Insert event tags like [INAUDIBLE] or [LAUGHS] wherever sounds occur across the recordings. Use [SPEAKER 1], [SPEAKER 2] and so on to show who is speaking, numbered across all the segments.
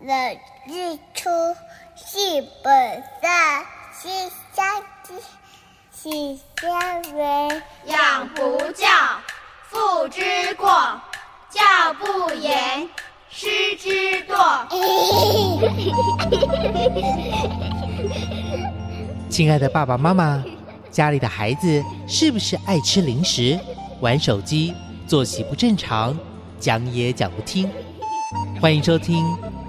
[SPEAKER 1] 的日出是本色，西厢记，喜相为
[SPEAKER 2] 养不教，父之过；教不严，师之惰。
[SPEAKER 3] 哎
[SPEAKER 4] 亲爱的爸爸妈妈，家里的孩子是不是爱吃零食、玩手机、作息不正常，讲也讲不听？欢迎收听《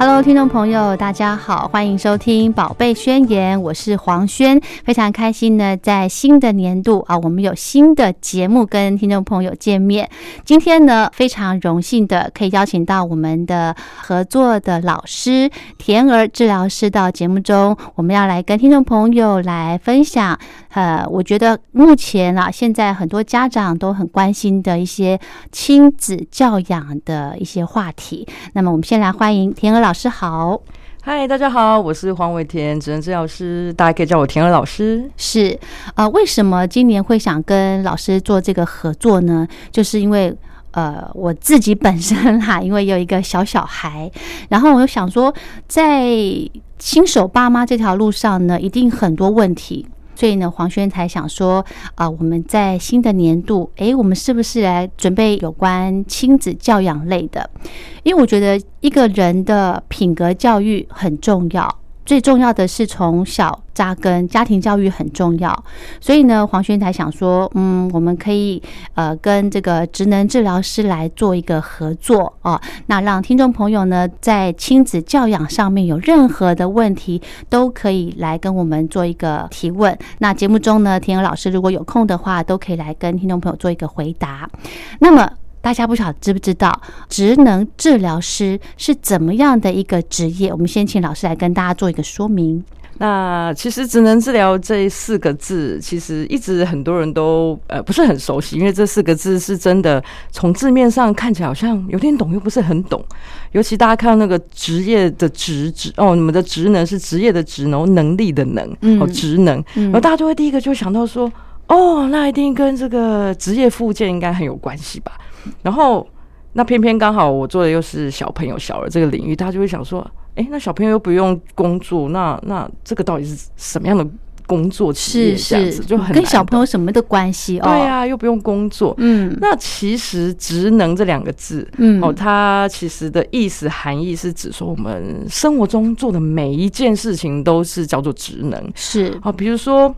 [SPEAKER 5] Hello，听众朋友，大家好，欢迎收听《宝贝宣言》，我是黄轩，非常开心呢，在新的年度啊，我们有新的节目跟听众朋友见面。今天呢，非常荣幸的可以邀请到我们的合作的老师田儿治疗师到节目中，我们要来跟听众朋友来分享。呃，我觉得目前啊，现在很多家长都很关心的一些亲子教养的一些话题。那么，我们先来欢迎田儿老师，好。
[SPEAKER 6] 嗨，大家好，我是黄伟田，职能治疗师，大家可以叫我田儿老师。
[SPEAKER 5] 是，呃，为什么今年会想跟老师做这个合作呢？就是因为。呃，我自己本身啦，因为有一个小小孩，然后我就想说，在新手爸妈这条路上呢，一定很多问题，所以呢，黄轩才想说，啊、我们在新的年度，诶，我们是不是来准备有关亲子教养类的？因为我觉得一个人的品格教育很重要，最重要的是从小扎根，家庭教育很重要。所以呢，黄轩才想说，嗯，我们可以呃跟这个职能治疗师来做一个合作哦，那让听众朋友呢在亲子教养上面有任何的问题，都可以来跟我们做一个提问。那节目中呢，田友老师如果有空的话，都可以来跟听众朋友做一个回答。那么。大家不晓得知不知道，职能治疗师是怎么样的一个职业？我们先请老师来跟大家做一个说明。
[SPEAKER 6] 那其实“职能治疗”这四个字，其实一直很多人都呃不是很熟悉，因为这四个字是真的从字面上看起来好像有点懂，又不是很懂。尤其大家看到那个职业的职职哦，你们的职能是职业的职，然后能力的能，
[SPEAKER 5] 嗯
[SPEAKER 6] 哦，职能，然后大家就会第一个就想到说，哦，那一定跟这个职业附件应该很有关系吧？然后那偏偏刚好我做的又是小朋友、小儿这个领域，大家就会想说，诶，那小朋友又不用工作，那那这个到底是什么样的工作企业？
[SPEAKER 5] 是
[SPEAKER 6] 这样
[SPEAKER 5] 是
[SPEAKER 6] 子就很
[SPEAKER 5] 跟
[SPEAKER 6] 难
[SPEAKER 5] 小朋友
[SPEAKER 6] 懂
[SPEAKER 5] 什么的关系哦？
[SPEAKER 6] 对啊，又不用工作。
[SPEAKER 5] 嗯
[SPEAKER 6] 那其实“职能”这两个字，
[SPEAKER 5] 嗯
[SPEAKER 6] 哦，它其实的意思含义是指说我们生活中做的每一件事情都是叫做职能。
[SPEAKER 5] 是
[SPEAKER 6] 好，比如说，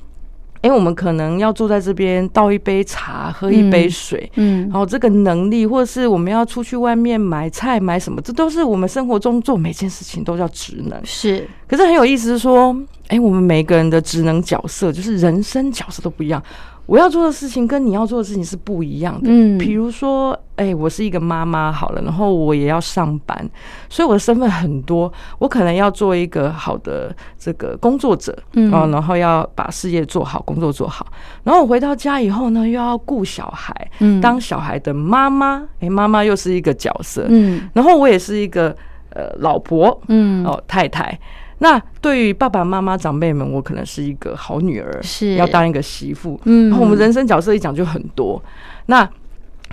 [SPEAKER 6] 哎、我们可能要坐在这边倒一杯茶，喝一杯
[SPEAKER 5] 嗯
[SPEAKER 6] 水，
[SPEAKER 5] 嗯
[SPEAKER 6] 然后这个能力，或者是我们要出去外面买菜买什么，这都是我们生活中做每件事情都叫职能。
[SPEAKER 5] 是
[SPEAKER 6] 可是很有意思是说，哎、我们每个人的职能角色，就是人生角色都不一样。我要做的事情跟你要做的事情是不一样的。
[SPEAKER 5] 嗯
[SPEAKER 6] 比如说，哎、我是一个妈妈好了，然后我也要上班，所以我的身份很多，我可能要做一个好的这个工作者，
[SPEAKER 5] 嗯
[SPEAKER 6] 啊然后要把事业做好，工作做好，然后我回到家以后呢，又要顾小孩，
[SPEAKER 5] 嗯
[SPEAKER 6] 当小孩的妈妈，哎、妈妈又是一个角色，
[SPEAKER 5] 嗯
[SPEAKER 6] 然后我也是一个呃老婆，
[SPEAKER 5] 嗯
[SPEAKER 6] 哦太太。那对于爸爸妈妈长辈们，我可能是一个好女儿，
[SPEAKER 5] 是
[SPEAKER 6] 要当一个媳妇。
[SPEAKER 5] 嗯
[SPEAKER 6] 然后我们人生角色一讲就很多，那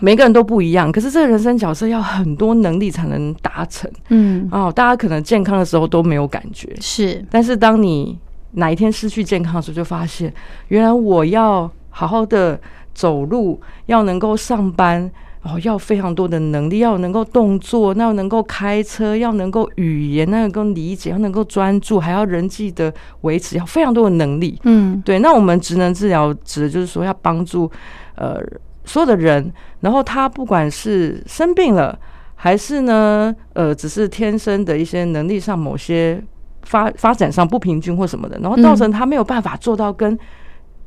[SPEAKER 6] 每个人都不一样，可是这个人生角色要很多能力才能达成
[SPEAKER 5] 嗯
[SPEAKER 6] 哦。大家可能健康的时候都没有感觉，
[SPEAKER 5] 是
[SPEAKER 6] 但是当你哪一天失去健康的时候，就发现原来我要好好的走路，要能够上班，哦，要非常多的能力，要能够动作，那要能够开车，要能够语言，那要能够理解，要能够专注，还要人际的维持，要非常多的能力。
[SPEAKER 5] 嗯
[SPEAKER 6] 对，那我们职能治疗指的就是说要帮助呃所有的人，然后他不管是生病了。还是呢，呃，只是天生的一些能力上某些发发展上不平均或什么的，然后
[SPEAKER 5] 嗯
[SPEAKER 6] 造成他没有办法做到跟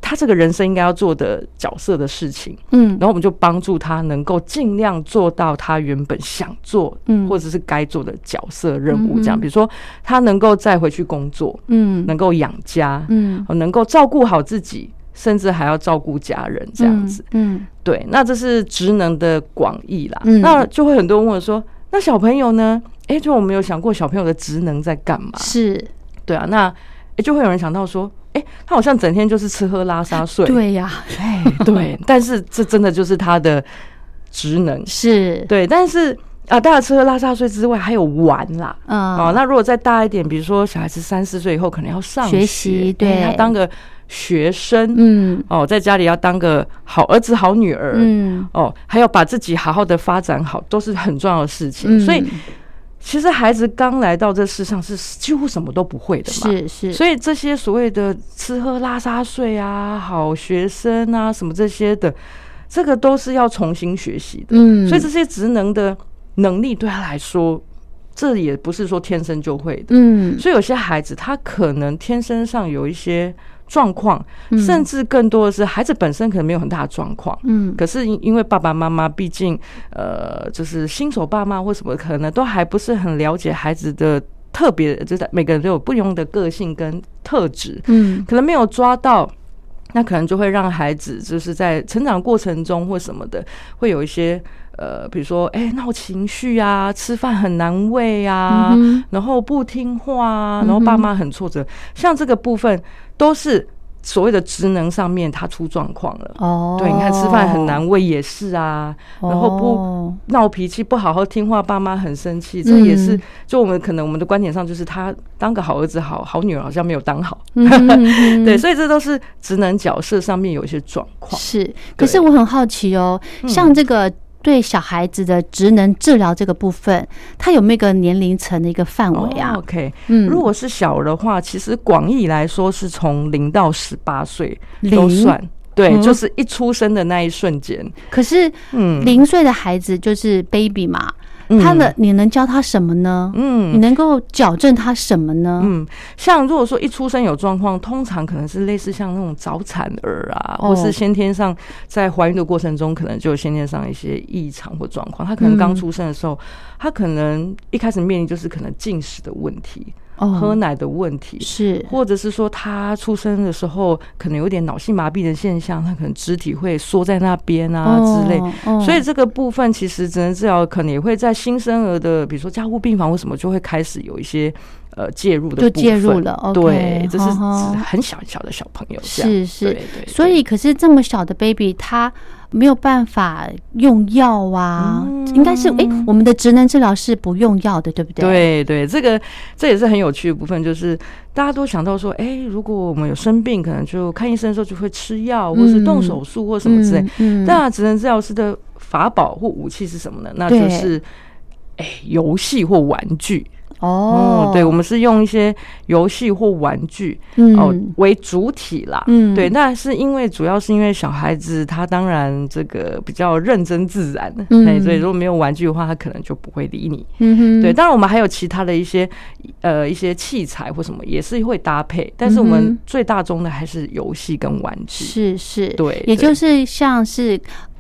[SPEAKER 6] 他这个人生应该要做的角色的事情，
[SPEAKER 5] 嗯
[SPEAKER 6] 然后我们就帮助他能够尽量做到他原本想做，
[SPEAKER 5] 嗯
[SPEAKER 6] 或者是该做的角色任务，
[SPEAKER 5] 嗯
[SPEAKER 6] 这样，
[SPEAKER 5] 嗯
[SPEAKER 6] 比如说他能够再回去工作，
[SPEAKER 5] 嗯
[SPEAKER 6] 能够养家，
[SPEAKER 5] 嗯，
[SPEAKER 6] 哦能够照顾好自己，甚至还要照顾家人，这样子。
[SPEAKER 5] 嗯，
[SPEAKER 6] 对，那这是职能的广义啦。
[SPEAKER 5] 嗯
[SPEAKER 6] 那就会很多人问我说，那小朋友呢？哎、就我们有想过小朋友的职能在干嘛
[SPEAKER 5] 嗯？是，
[SPEAKER 6] 对啊，那、诶就会有人想到说，哎、他好像整天就是吃喝拉撒睡。
[SPEAKER 5] 啊对呀，
[SPEAKER 6] 哎，对，但是这真的就是他的职能。
[SPEAKER 5] 是，
[SPEAKER 6] 对，但是啊，大家吃喝拉撒睡之外，还有玩啦。哦，
[SPEAKER 5] 嗯，
[SPEAKER 6] 那如果再大一点，比如说小孩子三四岁以后，可能要上
[SPEAKER 5] 学习
[SPEAKER 6] 学
[SPEAKER 5] 对
[SPEAKER 6] 他当个学生，
[SPEAKER 5] 嗯
[SPEAKER 6] 哦，在家里要当个好儿子、好女儿，
[SPEAKER 5] 嗯
[SPEAKER 6] 哦，还有把自己好好的发展好，都是很重要的事情。
[SPEAKER 5] 嗯，
[SPEAKER 6] 所以，其实孩子刚来到这世上是几乎什么都不会的嘛，
[SPEAKER 5] 是是，
[SPEAKER 6] 所以这些所谓的吃喝拉撒睡啊、好学生啊什么这些的，这个都是要重新学习的。
[SPEAKER 5] 嗯，
[SPEAKER 6] 所以这些职能的能力对他来说，这也不是说天生就会的。
[SPEAKER 5] 嗯
[SPEAKER 6] 所以有些孩子他可能天生上有一些状况，
[SPEAKER 5] 嗯
[SPEAKER 6] 甚至更多的是孩子本身可能没有很大的状况。
[SPEAKER 5] 嗯
[SPEAKER 6] 可是因因为爸爸妈妈毕竟，呃，就是新手爸妈或什么，可能都还不是很了解孩子的特别，就是每个人都有不一样的个性跟特质，
[SPEAKER 5] 嗯
[SPEAKER 6] 可能没有抓到，那可能就会让孩子就是在成长过程中或什么的，会有一些呃，比如说哎闹情绪啊，吃饭很难喂啊，
[SPEAKER 5] 嗯哼
[SPEAKER 6] 然后不听话啊，
[SPEAKER 5] 嗯哼
[SPEAKER 6] 然后爸妈很挫折，像这个部分都是所谓的职能上面他出状况了。
[SPEAKER 5] 哦，
[SPEAKER 6] 对，你看吃饭很难喂也是啊，
[SPEAKER 5] 哦，
[SPEAKER 6] 然后不闹脾气不好好听话，爸妈很生气，这也是、
[SPEAKER 5] 嗯
[SPEAKER 6] 就我们可能我们的观点上就是他当个好儿子好好女儿好像没有当好，
[SPEAKER 5] 嗯哼嗯哼
[SPEAKER 6] 对，所以这都是职能角色上面有一些状况。
[SPEAKER 5] 是，可是
[SPEAKER 6] 对嗯
[SPEAKER 5] 我很好奇哦，像这个对小孩子的职能治疗这个部分，它有没有一个年龄层的一个范围啊
[SPEAKER 6] 哦、？OK，、
[SPEAKER 5] 嗯，
[SPEAKER 6] 如果是小的话，其实广义来说是从零到十八岁
[SPEAKER 5] 零
[SPEAKER 6] 都算，对，
[SPEAKER 5] 嗯
[SPEAKER 6] 就是一出生的那一瞬间，
[SPEAKER 5] 可是
[SPEAKER 6] 嗯，
[SPEAKER 5] 零岁的孩子就是 baby 嘛，
[SPEAKER 6] 嗯
[SPEAKER 5] 他的你能教他什么呢？
[SPEAKER 6] 嗯
[SPEAKER 5] 你能够矫正他什么呢？
[SPEAKER 6] 嗯，像如果说一出生有状况，通常可能是类似像那种早产儿啊，
[SPEAKER 5] 哦
[SPEAKER 6] 或是先天上在怀孕的过程中，可能就有先天上一些异常或状况。他可能
[SPEAKER 5] 嗯
[SPEAKER 6] 刚出生的时候，他可能一开始面临就是可能进食的问题、喝
[SPEAKER 5] 哦，
[SPEAKER 6] 奶的问题，
[SPEAKER 5] 是，
[SPEAKER 6] 或者是说他出生的时候可能有点脑性麻痹的现象，他可能肢体会缩在那边啊之类。
[SPEAKER 5] 哦哦
[SPEAKER 6] 所以这个部分其实职能治疗可能也会在新生儿的，比如说加护病房或什么，就会开始有一些呃介入的
[SPEAKER 5] 就
[SPEAKER 6] 部分，
[SPEAKER 5] 介入了，OK，
[SPEAKER 6] 对，这是
[SPEAKER 5] 呵呵
[SPEAKER 6] 指很小很小的小朋友这样，
[SPEAKER 5] 是是
[SPEAKER 6] 对对对
[SPEAKER 5] 所以，可是这么小的 baby，他没有办法用药啊，
[SPEAKER 6] 嗯
[SPEAKER 5] 应该是诶，我们的职能治疗是不用药的，对不对？，
[SPEAKER 6] 对对，这个这也是很有趣的部分，就是大家都想到说，哎，如果我们有生病，可能就看医生的时候就会吃药，或是动手术或什么之类。
[SPEAKER 5] 嗯，嗯
[SPEAKER 6] 那职能治疗师的法宝或武器是什么呢？那
[SPEAKER 5] 对
[SPEAKER 6] 就是哎，游戏或玩具。
[SPEAKER 5] 哦、
[SPEAKER 6] 嗯对，我们是用一些游戏或玩具、
[SPEAKER 5] 嗯
[SPEAKER 6] 哦为主体啦。
[SPEAKER 5] 嗯
[SPEAKER 6] 对，那是因为主要是因为小孩子他当然这个比较认真自然，
[SPEAKER 5] 嗯
[SPEAKER 6] 对，所以如果没有玩具的话，他可能就不会理你。
[SPEAKER 5] 嗯哼，
[SPEAKER 6] 对，当然我们还有其他的一些呃一些器材或什么也是会搭配，但是我
[SPEAKER 5] 嗯
[SPEAKER 6] 们
[SPEAKER 5] 哼
[SPEAKER 6] 最大宗的还是游戏跟玩具。
[SPEAKER 5] 是是，
[SPEAKER 6] 对
[SPEAKER 5] 也
[SPEAKER 6] 对
[SPEAKER 5] 就是像是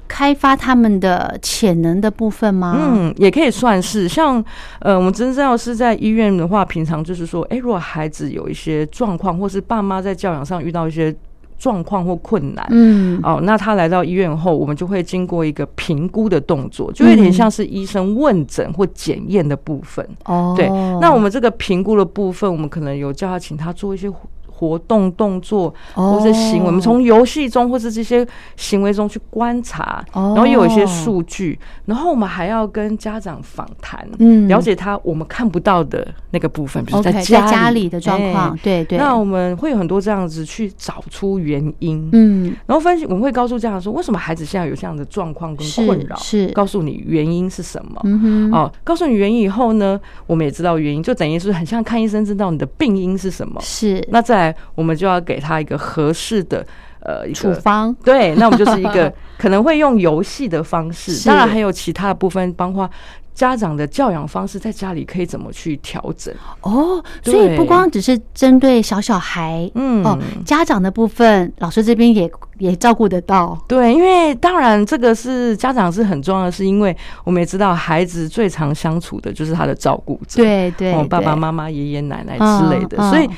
[SPEAKER 5] 开发他们的潜能的部分吗？，
[SPEAKER 6] 嗯，也可以算是像，呃，我们真正要是在医院的话，平常就是说，哎、如果孩子有一些状况，或是爸妈在教养上遇到一些状况或困难，
[SPEAKER 5] 嗯，
[SPEAKER 6] 哦，那他来到医院后，我们就会经过一个评估的动作，就有
[SPEAKER 5] 嗯
[SPEAKER 6] 点像是医生问诊或检验的部分。
[SPEAKER 5] 哦，
[SPEAKER 6] 对，那我们这个评估的部分，我们可能有叫他请他做一些活活动、动作
[SPEAKER 5] 哦
[SPEAKER 6] 或是行为，我们从游戏中或是这些行为中去观察，
[SPEAKER 5] 哦
[SPEAKER 6] 然后也有一些数据，然后我们还要跟家长访谈，
[SPEAKER 5] 嗯
[SPEAKER 6] 了解他我们看不到的那个部分，比如
[SPEAKER 5] OK
[SPEAKER 6] 在
[SPEAKER 5] 在
[SPEAKER 6] 家里
[SPEAKER 5] 家里的状况，
[SPEAKER 6] 哎
[SPEAKER 5] 对对，
[SPEAKER 6] 那我们会有很多这样子去找出原因，
[SPEAKER 5] 嗯
[SPEAKER 6] 然后分析，我们会告诉家长说，为什么孩子现在有这样的状况跟
[SPEAKER 5] 是
[SPEAKER 6] 困扰，
[SPEAKER 5] 是
[SPEAKER 6] 告诉你原因是什么。
[SPEAKER 5] 嗯哼，
[SPEAKER 6] 哦，告诉你原因以后呢，我们也知道原因，就等于是很像看医生知道你的病因是什么。
[SPEAKER 5] 是
[SPEAKER 6] 那再来，我们就要给他一个合适的呃一
[SPEAKER 5] 处
[SPEAKER 6] 个。
[SPEAKER 5] 方， [LAUGHS]
[SPEAKER 6] 对，那我们就是一个可能会用游戏的方式，
[SPEAKER 5] 是
[SPEAKER 6] 当然还有其他的部分，包括家长的教养方式在家里可以怎么去调整。
[SPEAKER 5] 哦，所以
[SPEAKER 6] 对
[SPEAKER 5] 不光只是针对小小孩，
[SPEAKER 6] 嗯
[SPEAKER 5] 哦，家长的部分，老师这边也也照顾得到。
[SPEAKER 6] 对，因为当然这个是家长是很重要的，是因为我们也知道孩子最常相处的就是他的照顾者，
[SPEAKER 5] 对对
[SPEAKER 6] 哦，爸
[SPEAKER 5] 对
[SPEAKER 6] 爸妈妈、爷爷奶奶之类的，
[SPEAKER 5] 嗯
[SPEAKER 6] 所以
[SPEAKER 5] 嗯。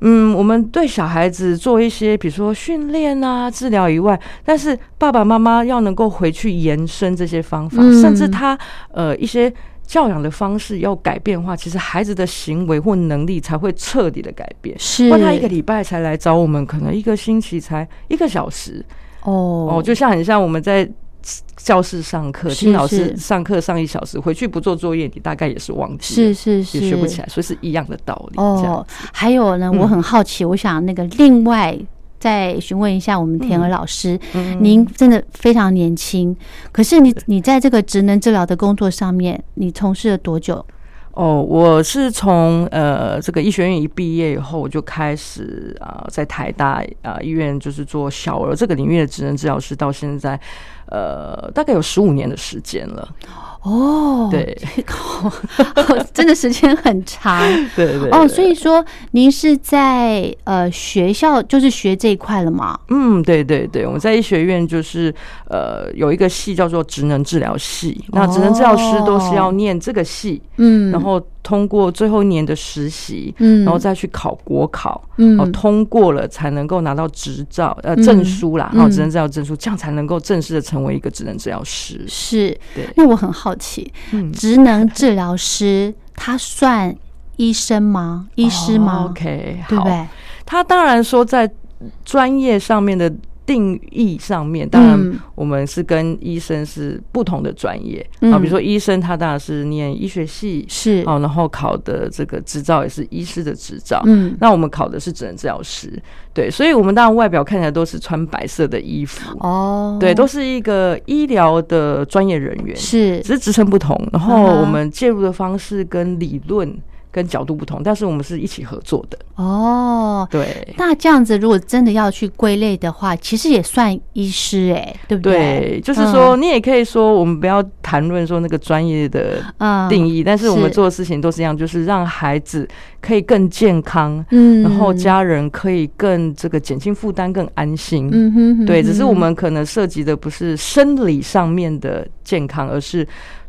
[SPEAKER 6] 嗯，我们对小孩子做一些，比如说训练啊、治疗以外，但是爸爸妈妈要能够回去延伸这些方法，
[SPEAKER 5] 嗯
[SPEAKER 6] 甚至他呃一些教养的方式要改变的话，其实孩子的行为或能力才会彻底的改变。
[SPEAKER 5] 是
[SPEAKER 6] 不然他一个礼拜才来找我们，可能一个星期才一个小时，
[SPEAKER 5] 哦
[SPEAKER 6] 哦，就像很像我们在教室上课，
[SPEAKER 5] 是
[SPEAKER 6] 听老
[SPEAKER 5] 是
[SPEAKER 6] 师上课上一小时，回去不做作业，你大概也是忘记
[SPEAKER 5] 是
[SPEAKER 6] 了，
[SPEAKER 5] 是是
[SPEAKER 6] 也学不起来，所以是一样的道理。这样嗯
[SPEAKER 5] 哦，还有呢，我很好奇，我想那个另外再询问一下我们
[SPEAKER 6] 嗯
[SPEAKER 5] 田儿老师，您真的非常年轻，可是你你在这个职能治疗的工作上面，你从事了多久？
[SPEAKER 6] 哦，我是从呃这个医学院一毕业以后，我就开始啊、呃在台大啊、呃医院就是做小儿这个领域的职能治疗师，到现在呃大概有十五年的时间了。
[SPEAKER 5] 哦，
[SPEAKER 6] 对
[SPEAKER 5] 好，哦 [LAUGHS] 真的时间很长。
[SPEAKER 6] 对 [LAUGHS] 对对
[SPEAKER 5] 哦，所以说您是在呃学校就是学这一块了吗？
[SPEAKER 6] 嗯，对对对，我们在医学院就是呃有一个系叫做职能治疗系，那职能治疗师都是要念这个系，
[SPEAKER 5] 哦嗯，
[SPEAKER 6] 然后通过最后一年的实习，
[SPEAKER 5] 嗯
[SPEAKER 6] 然后再去考国考，
[SPEAKER 5] 嗯
[SPEAKER 6] 哦，通过了才能够拿到执照呃证书啦，
[SPEAKER 5] 嗯
[SPEAKER 6] 然后职能治疗证书，这样才能够正式的成为一个职能治疗师。
[SPEAKER 5] 是
[SPEAKER 6] 对，
[SPEAKER 5] 那我很好奇，
[SPEAKER 6] 嗯
[SPEAKER 5] 职能治疗师他算医生吗？医师吗？
[SPEAKER 6] o k
[SPEAKER 5] 对不
[SPEAKER 6] 哦好，
[SPEAKER 5] 对？
[SPEAKER 6] 他当然说在专业上面的定义上面，当
[SPEAKER 5] 嗯
[SPEAKER 6] 然我们是跟医生是不同的专业
[SPEAKER 5] 嗯
[SPEAKER 6] 啊、比如说医生他当然是念医学系，
[SPEAKER 5] 是
[SPEAKER 6] 哦，然后考的这个执照也是医师的执照，
[SPEAKER 5] 嗯
[SPEAKER 6] 那我们考的是职能治疗师，对，所以我们当然外表看起来都是穿白色的衣服，
[SPEAKER 5] 哦，
[SPEAKER 6] 对，都是一个医疗的专业人员，
[SPEAKER 5] 是
[SPEAKER 6] 只是职称不同，然后
[SPEAKER 5] 啊哈
[SPEAKER 6] 我们介入的方式跟理论跟角度不同，但是我们是一起合作的，
[SPEAKER 5] 哦。
[SPEAKER 6] 对。
[SPEAKER 5] 那这样子，如果真的要去归类的话，其实也算医师哎、对不
[SPEAKER 6] 对，就是
[SPEAKER 5] 嗯
[SPEAKER 6] 说，你也可以说，我们不要谈论说那个专业的
[SPEAKER 5] 嗯
[SPEAKER 6] 定义，但是我
[SPEAKER 5] 是
[SPEAKER 6] 们做的事情都是一样，就是让孩子可以更健康，
[SPEAKER 5] 嗯
[SPEAKER 6] 然后家人可以更这个减轻负担，更安心。
[SPEAKER 5] 嗯哼哼
[SPEAKER 6] 对，
[SPEAKER 5] 哼
[SPEAKER 6] 只是我们可能涉及的不是生理上面的健康，而是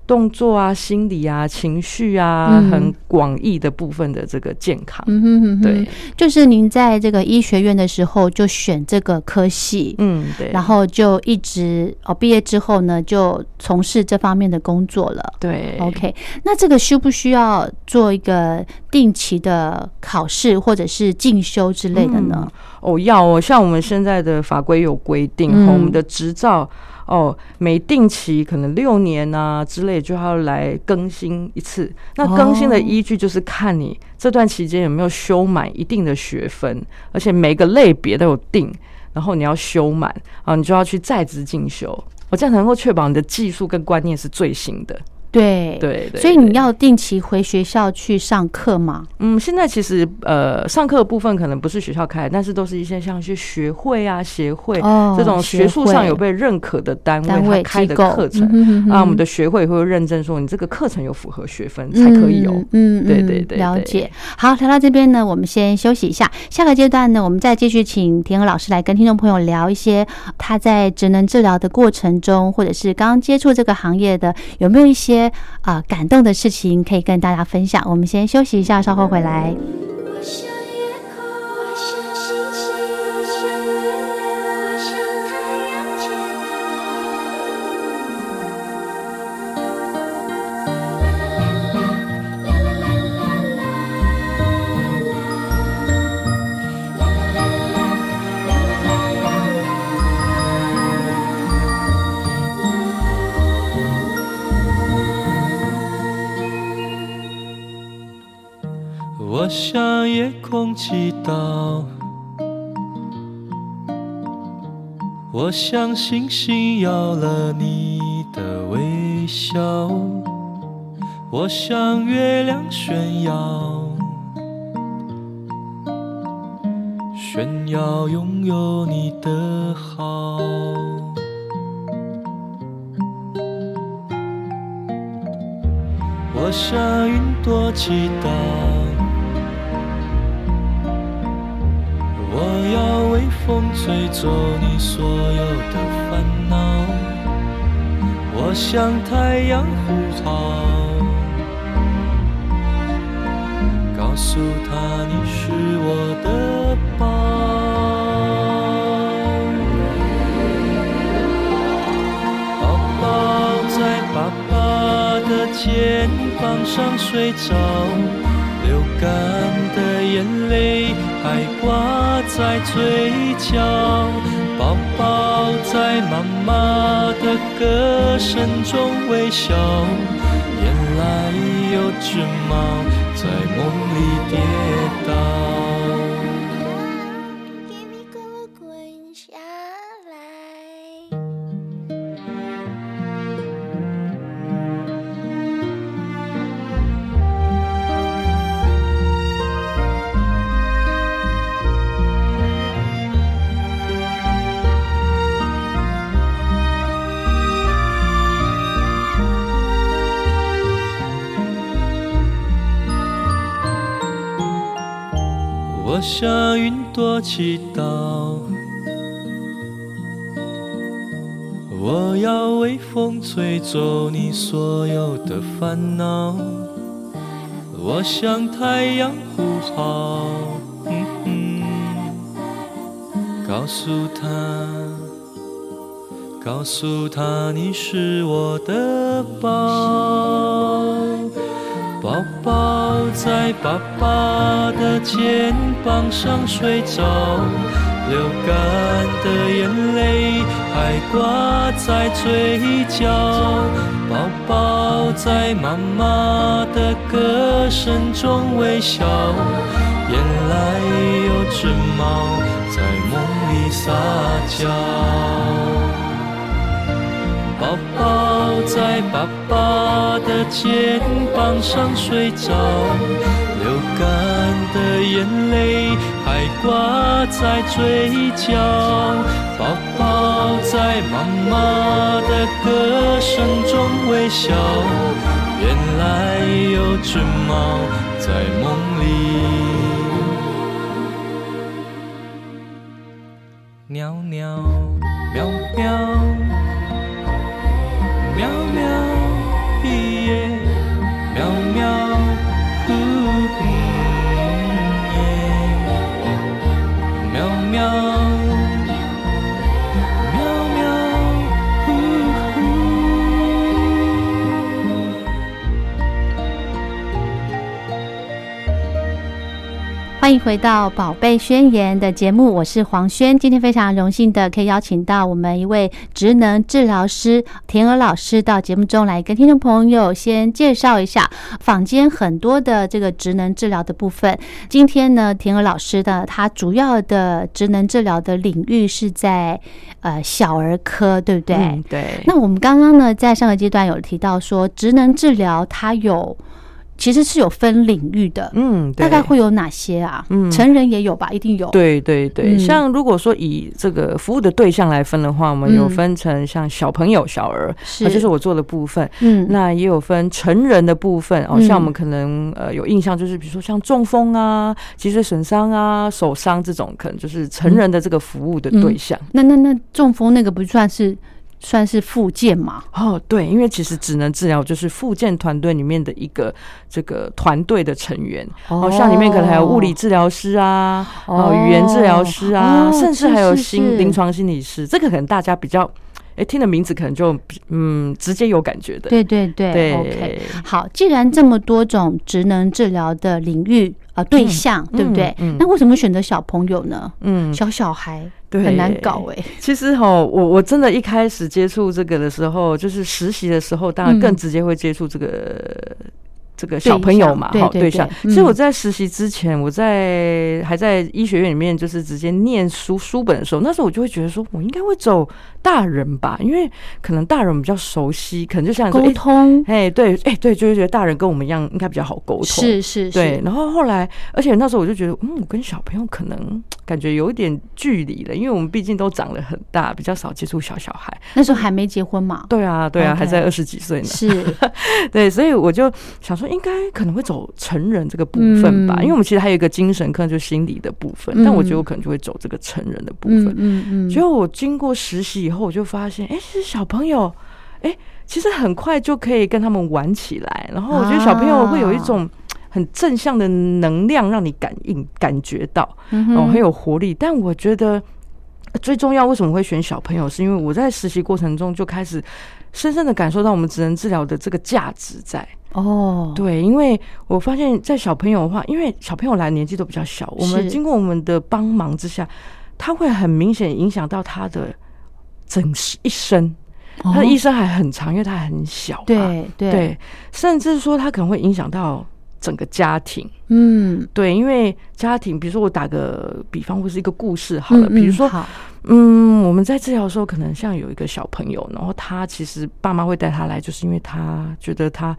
[SPEAKER 6] 动作啊、心理啊、情绪啊，
[SPEAKER 5] 嗯
[SPEAKER 6] 很广义的部分的这个健康。
[SPEAKER 5] 嗯哼哼哼
[SPEAKER 6] 对，
[SPEAKER 5] 就是您在这个医学院的时候就选这个科系，
[SPEAKER 6] 嗯，对，
[SPEAKER 5] 然后就一直哦，毕业之后呢，就从事这方面的工作了。
[SPEAKER 6] 对
[SPEAKER 5] OK，那这个需不需要做一个定期的考试或者是进修之类的呢？
[SPEAKER 6] 哦，要哦，像我们现在的法规有规定，
[SPEAKER 5] 嗯
[SPEAKER 6] 哦我们的执照哦，每定期可能六年啊之类就要来更新一次。那更新的
[SPEAKER 5] 哦
[SPEAKER 6] 依据就是看你这段期间有没有修满一定的学分，而且每个类别都有定，然后你要修满啊，你就要去在职进修。我这样才能够确保你的技术跟观念是最新的。
[SPEAKER 5] 对
[SPEAKER 6] 对对
[SPEAKER 5] 所以
[SPEAKER 6] 对
[SPEAKER 5] 你要定期回学校去上课吗？
[SPEAKER 6] 嗯，现在其实呃，上课的部分可能不是学校开的，但是都是一些像是学会啊、协会、
[SPEAKER 5] 哦
[SPEAKER 6] 这种学术上
[SPEAKER 5] 协会
[SPEAKER 6] 有被认可的单位
[SPEAKER 5] 单位
[SPEAKER 6] 它开的
[SPEAKER 5] 机构
[SPEAKER 6] 课程
[SPEAKER 5] 嗯哼哼哼
[SPEAKER 6] 啊，我们的学会会认证说你这个课程有符合学分才可以有。
[SPEAKER 5] 嗯，嗯
[SPEAKER 6] 对
[SPEAKER 5] 嗯
[SPEAKER 6] 对对
[SPEAKER 5] 了
[SPEAKER 6] 对
[SPEAKER 5] 解。好，聊到这边呢，我们先休息一下。下个阶段呢，我们再继续请田和老师来跟听众朋友聊一些他在职能治疗的过程中，或者是刚接触这个行业的，有没有一些啊、呃感动的事情可以跟大家分享。我们先休息一下，稍后回来。
[SPEAKER 3] 我想夜空，我想星星，我想月亮，我想太阳天啊！啦啦啦啦啦啦啦啦啦啦啦啦啦啦啦。
[SPEAKER 7] 我向夜空祈祷，我向星星要了你的微笑，我向月亮炫耀，炫耀拥有你的好。我向云朵祈祷，我要微风吹走你所有的烦恼，我向太阳呼号，告诉他你是我的宝。宝宝在爸爸的肩膀上睡着，流干的眼泪还挂在嘴角。宝宝在妈妈的歌声中微笑，原来有只猫在梦里跌倒。
[SPEAKER 3] 给你滚了滚下来。
[SPEAKER 7] 我向云朵祈祷，我要微风吹走你所有的烦恼，我向太阳呼号，嗯嗯、告诉他，告诉他你是我的宝。宝宝在爸爸的肩膀上睡着，流干的眼泪还挂在嘴角。宝宝在妈妈的歌声中微笑，原来有只猫在梦里撒娇。宝宝在爸爸的肩膀上睡着，流干的眼泪还挂在嘴角。宝宝在妈妈的歌声中微笑，原来有只猫在梦里喵喵喵喵。喵喵，一夜，喵喵，哭夜，喵喵，喵喵，呼呼。
[SPEAKER 5] 欢迎回到《宝贝宣言》的节目，我是黄轩。今天非常荣幸的可以邀请到我们一位职能治疗师田娥老师到节目中来跟听众朋友先介绍一下坊间很多的这个职能治疗的部分。今天呢，田娥老师呢，他主要的职能治疗的领域是在呃小儿科，对不对？
[SPEAKER 6] 嗯，对。
[SPEAKER 5] 那我们刚刚呢，在上个阶段有提到说，职能治疗它有其实是有分领域的，
[SPEAKER 6] 嗯，
[SPEAKER 5] 大
[SPEAKER 6] 对
[SPEAKER 5] 概会有哪些啊？
[SPEAKER 6] 嗯
[SPEAKER 5] 成人也有吧，一定有。，
[SPEAKER 6] 对对对，
[SPEAKER 5] 嗯
[SPEAKER 6] 像如果说以这个服务的对象来分的话，我们有
[SPEAKER 5] 嗯
[SPEAKER 6] 分成像小朋友、小儿，
[SPEAKER 5] 是，
[SPEAKER 6] 啊这是我做的部分。
[SPEAKER 5] 嗯，
[SPEAKER 6] 那也有分成人的部分哦，
[SPEAKER 5] 嗯
[SPEAKER 6] 像我们可能呃有印象，就是比如说像中风啊、脊髓损伤啊、手伤这种，可能就是成人的这个服务的对象。
[SPEAKER 5] 那那那中风那个不算是算是附件嘛？
[SPEAKER 6] 哦，对，因为其实职能治疗就是复健团队里面的一个这个团队的成员，哦，像里面可能还有物理治疗师啊，哦，语言治疗师啊，
[SPEAKER 5] 哦
[SPEAKER 6] 甚至还有
[SPEAKER 5] 是是是
[SPEAKER 6] 心临床心理师，这个可能大家比较，哎，听的名字可能就比嗯直接有感觉的，
[SPEAKER 5] 对对对
[SPEAKER 6] 对
[SPEAKER 5] o k 好，既然这么多种职能治疗的领域啊、呃对象，对不对、
[SPEAKER 6] 嗯嗯
[SPEAKER 5] 那为什么选择小朋友呢？
[SPEAKER 6] 嗯，
[SPEAKER 5] 小小孩
[SPEAKER 6] 对，
[SPEAKER 5] 很难搞哎、
[SPEAKER 6] [LAUGHS] 其实哈，我我真的一开始接触这个的时候，就是实习的时候，当然
[SPEAKER 5] 嗯
[SPEAKER 6] 更直接会接触这个。这个小朋友嘛，
[SPEAKER 5] 对
[SPEAKER 6] 哈，
[SPEAKER 5] 对
[SPEAKER 6] 对象
[SPEAKER 5] 对。嗯
[SPEAKER 6] 所以我在实习之前，我在还在医学院里面，就是直接念书书本的时候，那时候我就会觉得说，我应该会走大人吧，因为可能大人比较熟悉，可能就像说
[SPEAKER 5] 沟，通、
[SPEAKER 6] 哎、哎对，哎、对，就会觉得大人跟我们一样，应该比较好沟通。
[SPEAKER 5] 是是是，
[SPEAKER 6] 对，然后后来，而且那时候我就觉得，嗯，我跟小朋友可能感觉有一点距离了，因为我们毕竟都长得很大，比较少接触小小孩。
[SPEAKER 5] 那时候还没结婚嘛，
[SPEAKER 6] 对啊，对啊，
[SPEAKER 5] OK
[SPEAKER 6] 还在二十几岁呢。 [LAUGHS]
[SPEAKER 5] 是
[SPEAKER 6] 对，所以我就想说，应该可能会走成人这个部分吧，
[SPEAKER 5] 嗯
[SPEAKER 6] 因为我们其实还有一个精神科，就是心理的部分，但我觉得我可能就会走这个成人的部分。
[SPEAKER 5] 嗯嗯嗯，
[SPEAKER 6] 结果我经过实习以后，我就发现，哎、其实小朋友，哎、其实很快就可以跟他们玩起来。然后我觉得小朋友会有一
[SPEAKER 5] 啊
[SPEAKER 6] 种很正向的能量，让你感应感觉到，
[SPEAKER 5] 嗯
[SPEAKER 6] 哦，很有活力。但我觉得最重要，为什么会选小朋友，是因为我在实习过程中就开始深深的感受到我们职能治疗的这个价值在。
[SPEAKER 5] 哦，
[SPEAKER 6] 对，因为我发现，在小朋友的话，因为小朋友来年纪都比较小，我们
[SPEAKER 5] 是
[SPEAKER 6] 经过我们的帮忙之下，他会很明显影响到他的整一生。
[SPEAKER 5] 哦
[SPEAKER 6] 他的一生还很长，因为他还很小嘛。
[SPEAKER 5] 对对
[SPEAKER 6] 对，甚至说他可能会影响到整个家庭。
[SPEAKER 5] 嗯，
[SPEAKER 6] 对，因为家庭，比如说我打个比方，或是一个故事好了，
[SPEAKER 5] 嗯
[SPEAKER 6] 比如说
[SPEAKER 5] 嗯，好
[SPEAKER 6] 嗯，我们在治疗的时候，可能像有一个小朋友，然后他其实爸妈会带他来，就是因为他觉得他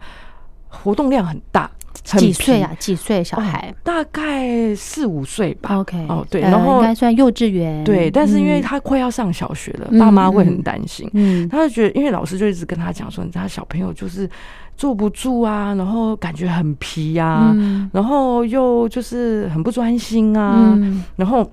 [SPEAKER 6] 活动量很大，很
[SPEAKER 5] 几岁啊
[SPEAKER 6] 疲？？
[SPEAKER 5] 几岁小孩
[SPEAKER 6] 哦、大概四五岁吧。
[SPEAKER 5] ？OK，
[SPEAKER 6] 哦，对，
[SPEAKER 5] 呃
[SPEAKER 6] 然后、
[SPEAKER 5] 应该算幼稚园，
[SPEAKER 6] 对，但是因为
[SPEAKER 5] 嗯
[SPEAKER 6] 他快要上小学了，
[SPEAKER 5] 嗯
[SPEAKER 6] 爸妈会很
[SPEAKER 5] 嗯
[SPEAKER 6] 担心。
[SPEAKER 5] 嗯
[SPEAKER 6] 他就觉得，因为老师就一直跟他讲说，他小朋友就是坐不住啊，然后感觉很皮呀、啊，
[SPEAKER 5] 嗯
[SPEAKER 6] 然后又就是很不专心啊，
[SPEAKER 5] 嗯
[SPEAKER 6] 然后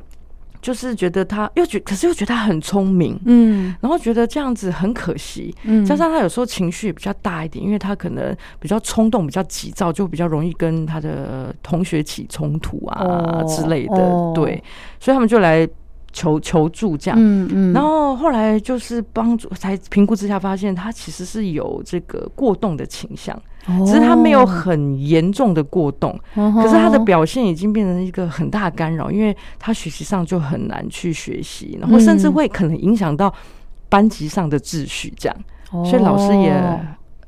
[SPEAKER 6] 就是觉得他又觉，可是又觉得他很聪明，
[SPEAKER 5] 嗯
[SPEAKER 6] 然后觉得这样子很可惜。
[SPEAKER 5] 嗯，
[SPEAKER 6] 加上他有时候情绪比较大一点，因为他可能比较冲动、比较急躁，就比较容易跟他的同学起冲突啊、
[SPEAKER 5] 哦
[SPEAKER 6] 之类的。
[SPEAKER 5] 哦
[SPEAKER 6] 对，所以他们就来求求助这样。
[SPEAKER 5] 嗯嗯，
[SPEAKER 6] 然后后来就是帮助，才评估之下发现他其实是有这个过动的倾向，只是他没有很严重的过动，
[SPEAKER 5] 哦，
[SPEAKER 6] 可
[SPEAKER 5] 可
[SPEAKER 6] 是他的表现已经变成一个很大的干扰，因为他学习上就很难去学习，然后甚至
[SPEAKER 5] 嗯
[SPEAKER 6] 会可能影响到班级上的秩序，这样，所以老师也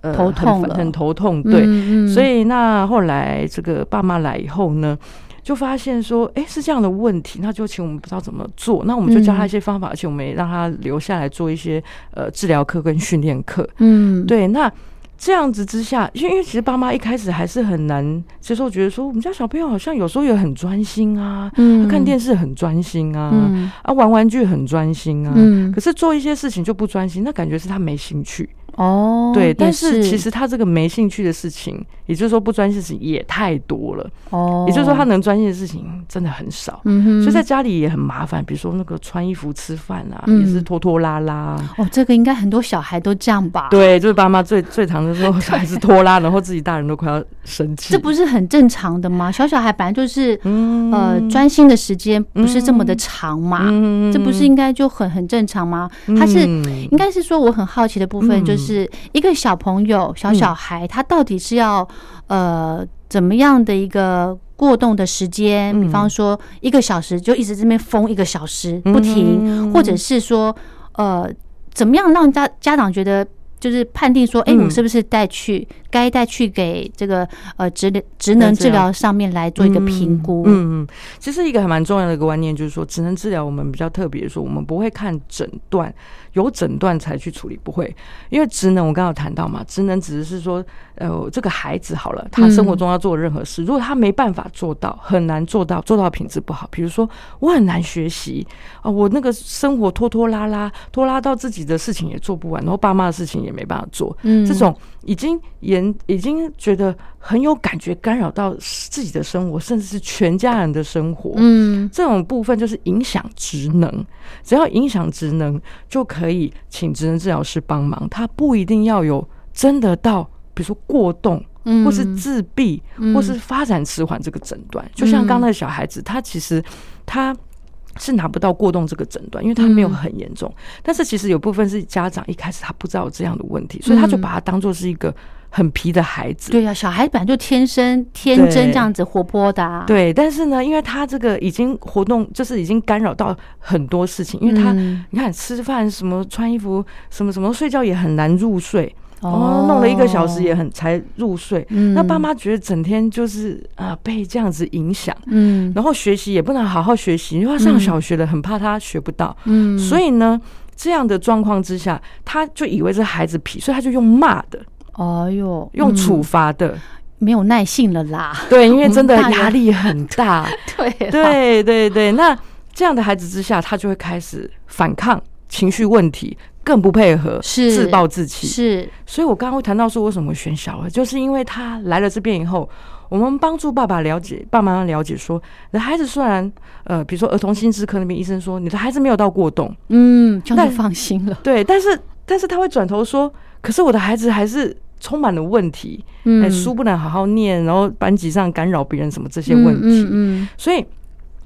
[SPEAKER 6] 呃
[SPEAKER 5] 哦头
[SPEAKER 6] 很
[SPEAKER 5] 痛
[SPEAKER 6] 烦
[SPEAKER 5] 了
[SPEAKER 6] 很头痛，对，
[SPEAKER 5] 嗯嗯
[SPEAKER 6] 所以那后来这个爸妈来以后呢，就发现说，哎、是这样的问题，那就请我们不知道怎么做，那我们就
[SPEAKER 5] 嗯
[SPEAKER 6] 教他一些方法，而且我们也让他留下来做一些呃治疗课跟训练课。
[SPEAKER 5] 嗯，
[SPEAKER 6] 对，那这样子之下，因为因为其实爸妈一开始还是很难接受，觉得说我们家小朋友好像有时候也很专心啊，
[SPEAKER 5] 嗯
[SPEAKER 6] 他看电视很专心啊，
[SPEAKER 5] 嗯
[SPEAKER 6] 啊玩玩具很专心啊，
[SPEAKER 5] 嗯
[SPEAKER 6] 可是做一些事情就不专心，那感觉是他没兴趣。
[SPEAKER 5] 哦，
[SPEAKER 6] 对，
[SPEAKER 5] 也
[SPEAKER 6] 但是其实他这个没兴趣的事情，也就是说不专心的事情也太多了，
[SPEAKER 5] 哦，
[SPEAKER 6] 也就是说他能专心的事情真的很少。
[SPEAKER 5] 嗯哼，
[SPEAKER 6] 所以在家里也很麻烦，比如说那个穿衣服、吃饭啊，
[SPEAKER 5] 嗯
[SPEAKER 6] 也是拖拖拉啊拉。
[SPEAKER 5] 哦，这个应该很多小孩都这样吧？，
[SPEAKER 6] 对，就是爸妈最最常的时候还是拖拉，然后自己大人都快要生气。
[SPEAKER 5] 这不是很正常的吗？小小孩本来就是
[SPEAKER 6] 嗯
[SPEAKER 5] 呃专心的时间不是这么的长嘛，
[SPEAKER 6] 嗯
[SPEAKER 5] 这不是应该就很很正常吗？他是
[SPEAKER 6] 嗯
[SPEAKER 5] 应该是说我很好奇的部分，就是一个小朋友
[SPEAKER 6] 嗯
[SPEAKER 5] 小小孩，他到底是要呃怎么样的一个？过动的时间，比
[SPEAKER 6] 嗯
[SPEAKER 5] 方说一个小时就一直这边疯一个小时不
[SPEAKER 6] 嗯
[SPEAKER 5] 停，或者是说，呃，怎么样让家家长觉得就是判定说，哎、
[SPEAKER 6] 嗯
[SPEAKER 5] 我是不是带去该带去给这个呃职能职能治疗上面来做一个评估？
[SPEAKER 6] 嗯嗯，其实一个还蛮重要的一个观念就是说，职能治疗我们比较特别说，我们不会看诊断，有诊断才去处理，不会，因为职能我刚刚有谈到嘛，职能只是说，呃，这个孩子好了，他生活中要做的任何事，如果他没办法做到，很难做到，做到品质不好，比如说我很难学习啊、我那个生活拖拖拉拉，拖拉到自己的事情也做不完，然后爸妈的事情也没办法做，
[SPEAKER 5] 嗯
[SPEAKER 6] 这种已经严已经觉得很有感觉，干扰到自己的生活，甚至是全家人的生活。
[SPEAKER 5] 嗯
[SPEAKER 6] 这种部分就是影响职能，只要影响职能，就可以请职能治疗师帮忙。他不一定要有真的到，比如说过动，
[SPEAKER 5] 嗯
[SPEAKER 6] 或是自闭，或是发展迟缓这个诊断。就像
[SPEAKER 5] 嗯
[SPEAKER 6] 刚刚那个小孩子，他其实他。是拿不到过动这个诊断，因为他
[SPEAKER 5] 嗯
[SPEAKER 6] 没有很严重。但是其实有部分是家长一开始他不知道有这样的问题，所以他就
[SPEAKER 5] 嗯
[SPEAKER 6] 把他当做是一个很皮的孩子。
[SPEAKER 5] 对呀、小孩本来就天生天真这样子活泼的、啊，，
[SPEAKER 6] 对，但是呢，因为他这个已经活动，就是已经干扰到很多事情，因为他、
[SPEAKER 5] 嗯
[SPEAKER 6] 你看吃饭什么、穿衣服什么什么，睡觉也很难入睡。
[SPEAKER 5] 哦
[SPEAKER 6] 哦，弄了一个小时也很才入睡。
[SPEAKER 5] 嗯
[SPEAKER 6] 那爸妈觉得整天就是啊、呃被这样子影响，
[SPEAKER 5] 嗯
[SPEAKER 6] 然后学习也不能好好学习，因为他上小学了，很怕他学不到。
[SPEAKER 5] 嗯，
[SPEAKER 6] 所以呢，这样的状况之下，他就以为这孩子皮，所以他就用骂的，
[SPEAKER 5] 哎呦，
[SPEAKER 6] 用
[SPEAKER 5] 嗯
[SPEAKER 6] 处罚的。
[SPEAKER 5] 没有
[SPEAKER 6] [LAUGHS]
[SPEAKER 5] 耐性了啦，
[SPEAKER 6] 对，因为真的
[SPEAKER 5] 我们大人
[SPEAKER 6] 压力很大。
[SPEAKER 5] [LAUGHS] 对啊
[SPEAKER 6] 对对对，那这样的孩子之下，他就会开始反抗情绪问题，更不配合，
[SPEAKER 5] 是
[SPEAKER 6] 自暴自弃。
[SPEAKER 5] 是
[SPEAKER 6] 所以我刚刚会谈到说，为什么会选小儿，就是因为他来了这边以后，我们帮助爸爸了解、爸妈了解说，你的孩子虽然呃，比如说儿童心智科那边医生说你的孩子没有到过动，
[SPEAKER 5] 嗯，这样
[SPEAKER 6] 但
[SPEAKER 5] 就放心了。
[SPEAKER 6] 对，但是但是他会转头说，可是我的孩子还是充满了问题，哎、
[SPEAKER 5] 嗯，
[SPEAKER 6] 书不能好好念，然后班级上干扰别人什么这些问题，
[SPEAKER 5] 嗯嗯嗯，
[SPEAKER 6] 所以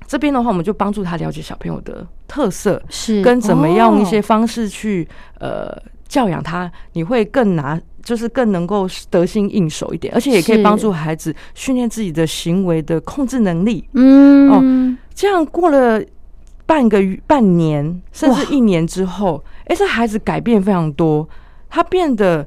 [SPEAKER 6] 这边的话，我们就帮助他了解小朋友的特色，
[SPEAKER 5] 是
[SPEAKER 6] 跟怎么样一些
[SPEAKER 5] 哦
[SPEAKER 6] 方式去、呃教养他，你会更拿，就是更能够得心应手一点，而且也可以
[SPEAKER 5] 是
[SPEAKER 6] 帮助孩子训练自己的行为的控制能力。
[SPEAKER 5] 嗯
[SPEAKER 6] 这样过了半个月、半年，甚
[SPEAKER 5] 哇
[SPEAKER 6] 至一年之后，哎、这孩子改变非常多，他变得。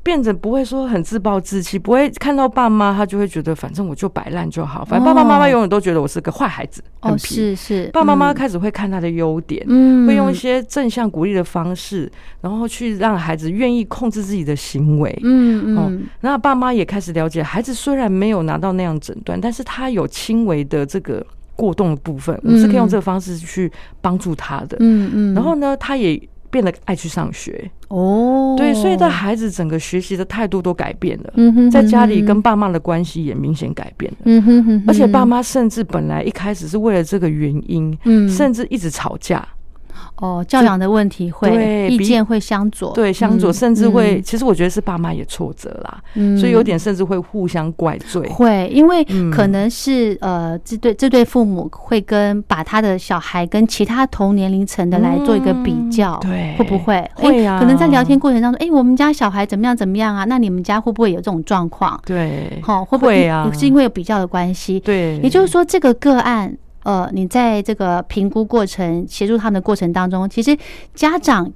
[SPEAKER 6] 变得不会说很自暴自弃，不会看到爸妈，他就会觉得反正我就摆烂就好，反正爸爸妈妈
[SPEAKER 5] 哦
[SPEAKER 6] 永远都觉得我是个坏孩子，很
[SPEAKER 5] 哦
[SPEAKER 6] 皮
[SPEAKER 5] 是是，
[SPEAKER 6] 爸爸妈妈
[SPEAKER 5] 嗯
[SPEAKER 6] 开始会看他的优点，
[SPEAKER 5] 嗯
[SPEAKER 6] 会用一些正向鼓励的方式，然后去让孩子愿意控制自己的行为。
[SPEAKER 5] 嗯
[SPEAKER 6] 哦
[SPEAKER 5] 嗯
[SPEAKER 6] 那爸妈也开始了解，孩子虽然没有拿到那样诊断，但是他有轻微的这个过动的部分，我们是可以用这个方式去帮助他的。
[SPEAKER 5] 嗯嗯，
[SPEAKER 6] 然后呢，他也变得爱去上学，
[SPEAKER 5] 哦，
[SPEAKER 6] 对，所以这孩子整个学习的态度都改变了，
[SPEAKER 5] 嗯哼
[SPEAKER 6] 在家
[SPEAKER 5] 嗯
[SPEAKER 6] 里
[SPEAKER 5] 哼
[SPEAKER 6] 跟爸妈的关系也明显改变了。
[SPEAKER 5] 嗯哼哼哼，
[SPEAKER 6] 而且爸妈甚至本来一开始是为了这个原因，
[SPEAKER 5] 嗯
[SPEAKER 6] 甚至一直吵架，
[SPEAKER 5] 哦教养的问题会
[SPEAKER 6] 对
[SPEAKER 5] 意
[SPEAKER 6] 比
[SPEAKER 5] 见会相左，
[SPEAKER 6] 对，相左，
[SPEAKER 5] 嗯
[SPEAKER 6] 甚至会，
[SPEAKER 5] 嗯
[SPEAKER 6] 其实我觉得是爸妈也挫折啦，
[SPEAKER 5] 嗯
[SPEAKER 6] 所以有点甚至会互相怪罪。
[SPEAKER 5] 会，因为
[SPEAKER 6] 嗯
[SPEAKER 5] 可能是、呃，这对这对父母会跟把他的小孩跟其他同年龄层的来做一个比
[SPEAKER 6] 嗯
[SPEAKER 5] 较，
[SPEAKER 6] 对
[SPEAKER 5] 会不会？
[SPEAKER 6] 会
[SPEAKER 5] 诶
[SPEAKER 6] 啊
[SPEAKER 5] 可能在聊天过程当中，哎、我们家小孩怎么样怎么样啊？那你们家会不会有这种状况？
[SPEAKER 6] 对，
[SPEAKER 5] 好、会不会
[SPEAKER 6] 会
[SPEAKER 5] 因
[SPEAKER 6] 啊
[SPEAKER 5] 是因为有比较的关系？
[SPEAKER 6] 对，
[SPEAKER 5] 也就是说，这个个案，呃，你在这个评估过程、协助他们的过程当中，其实家长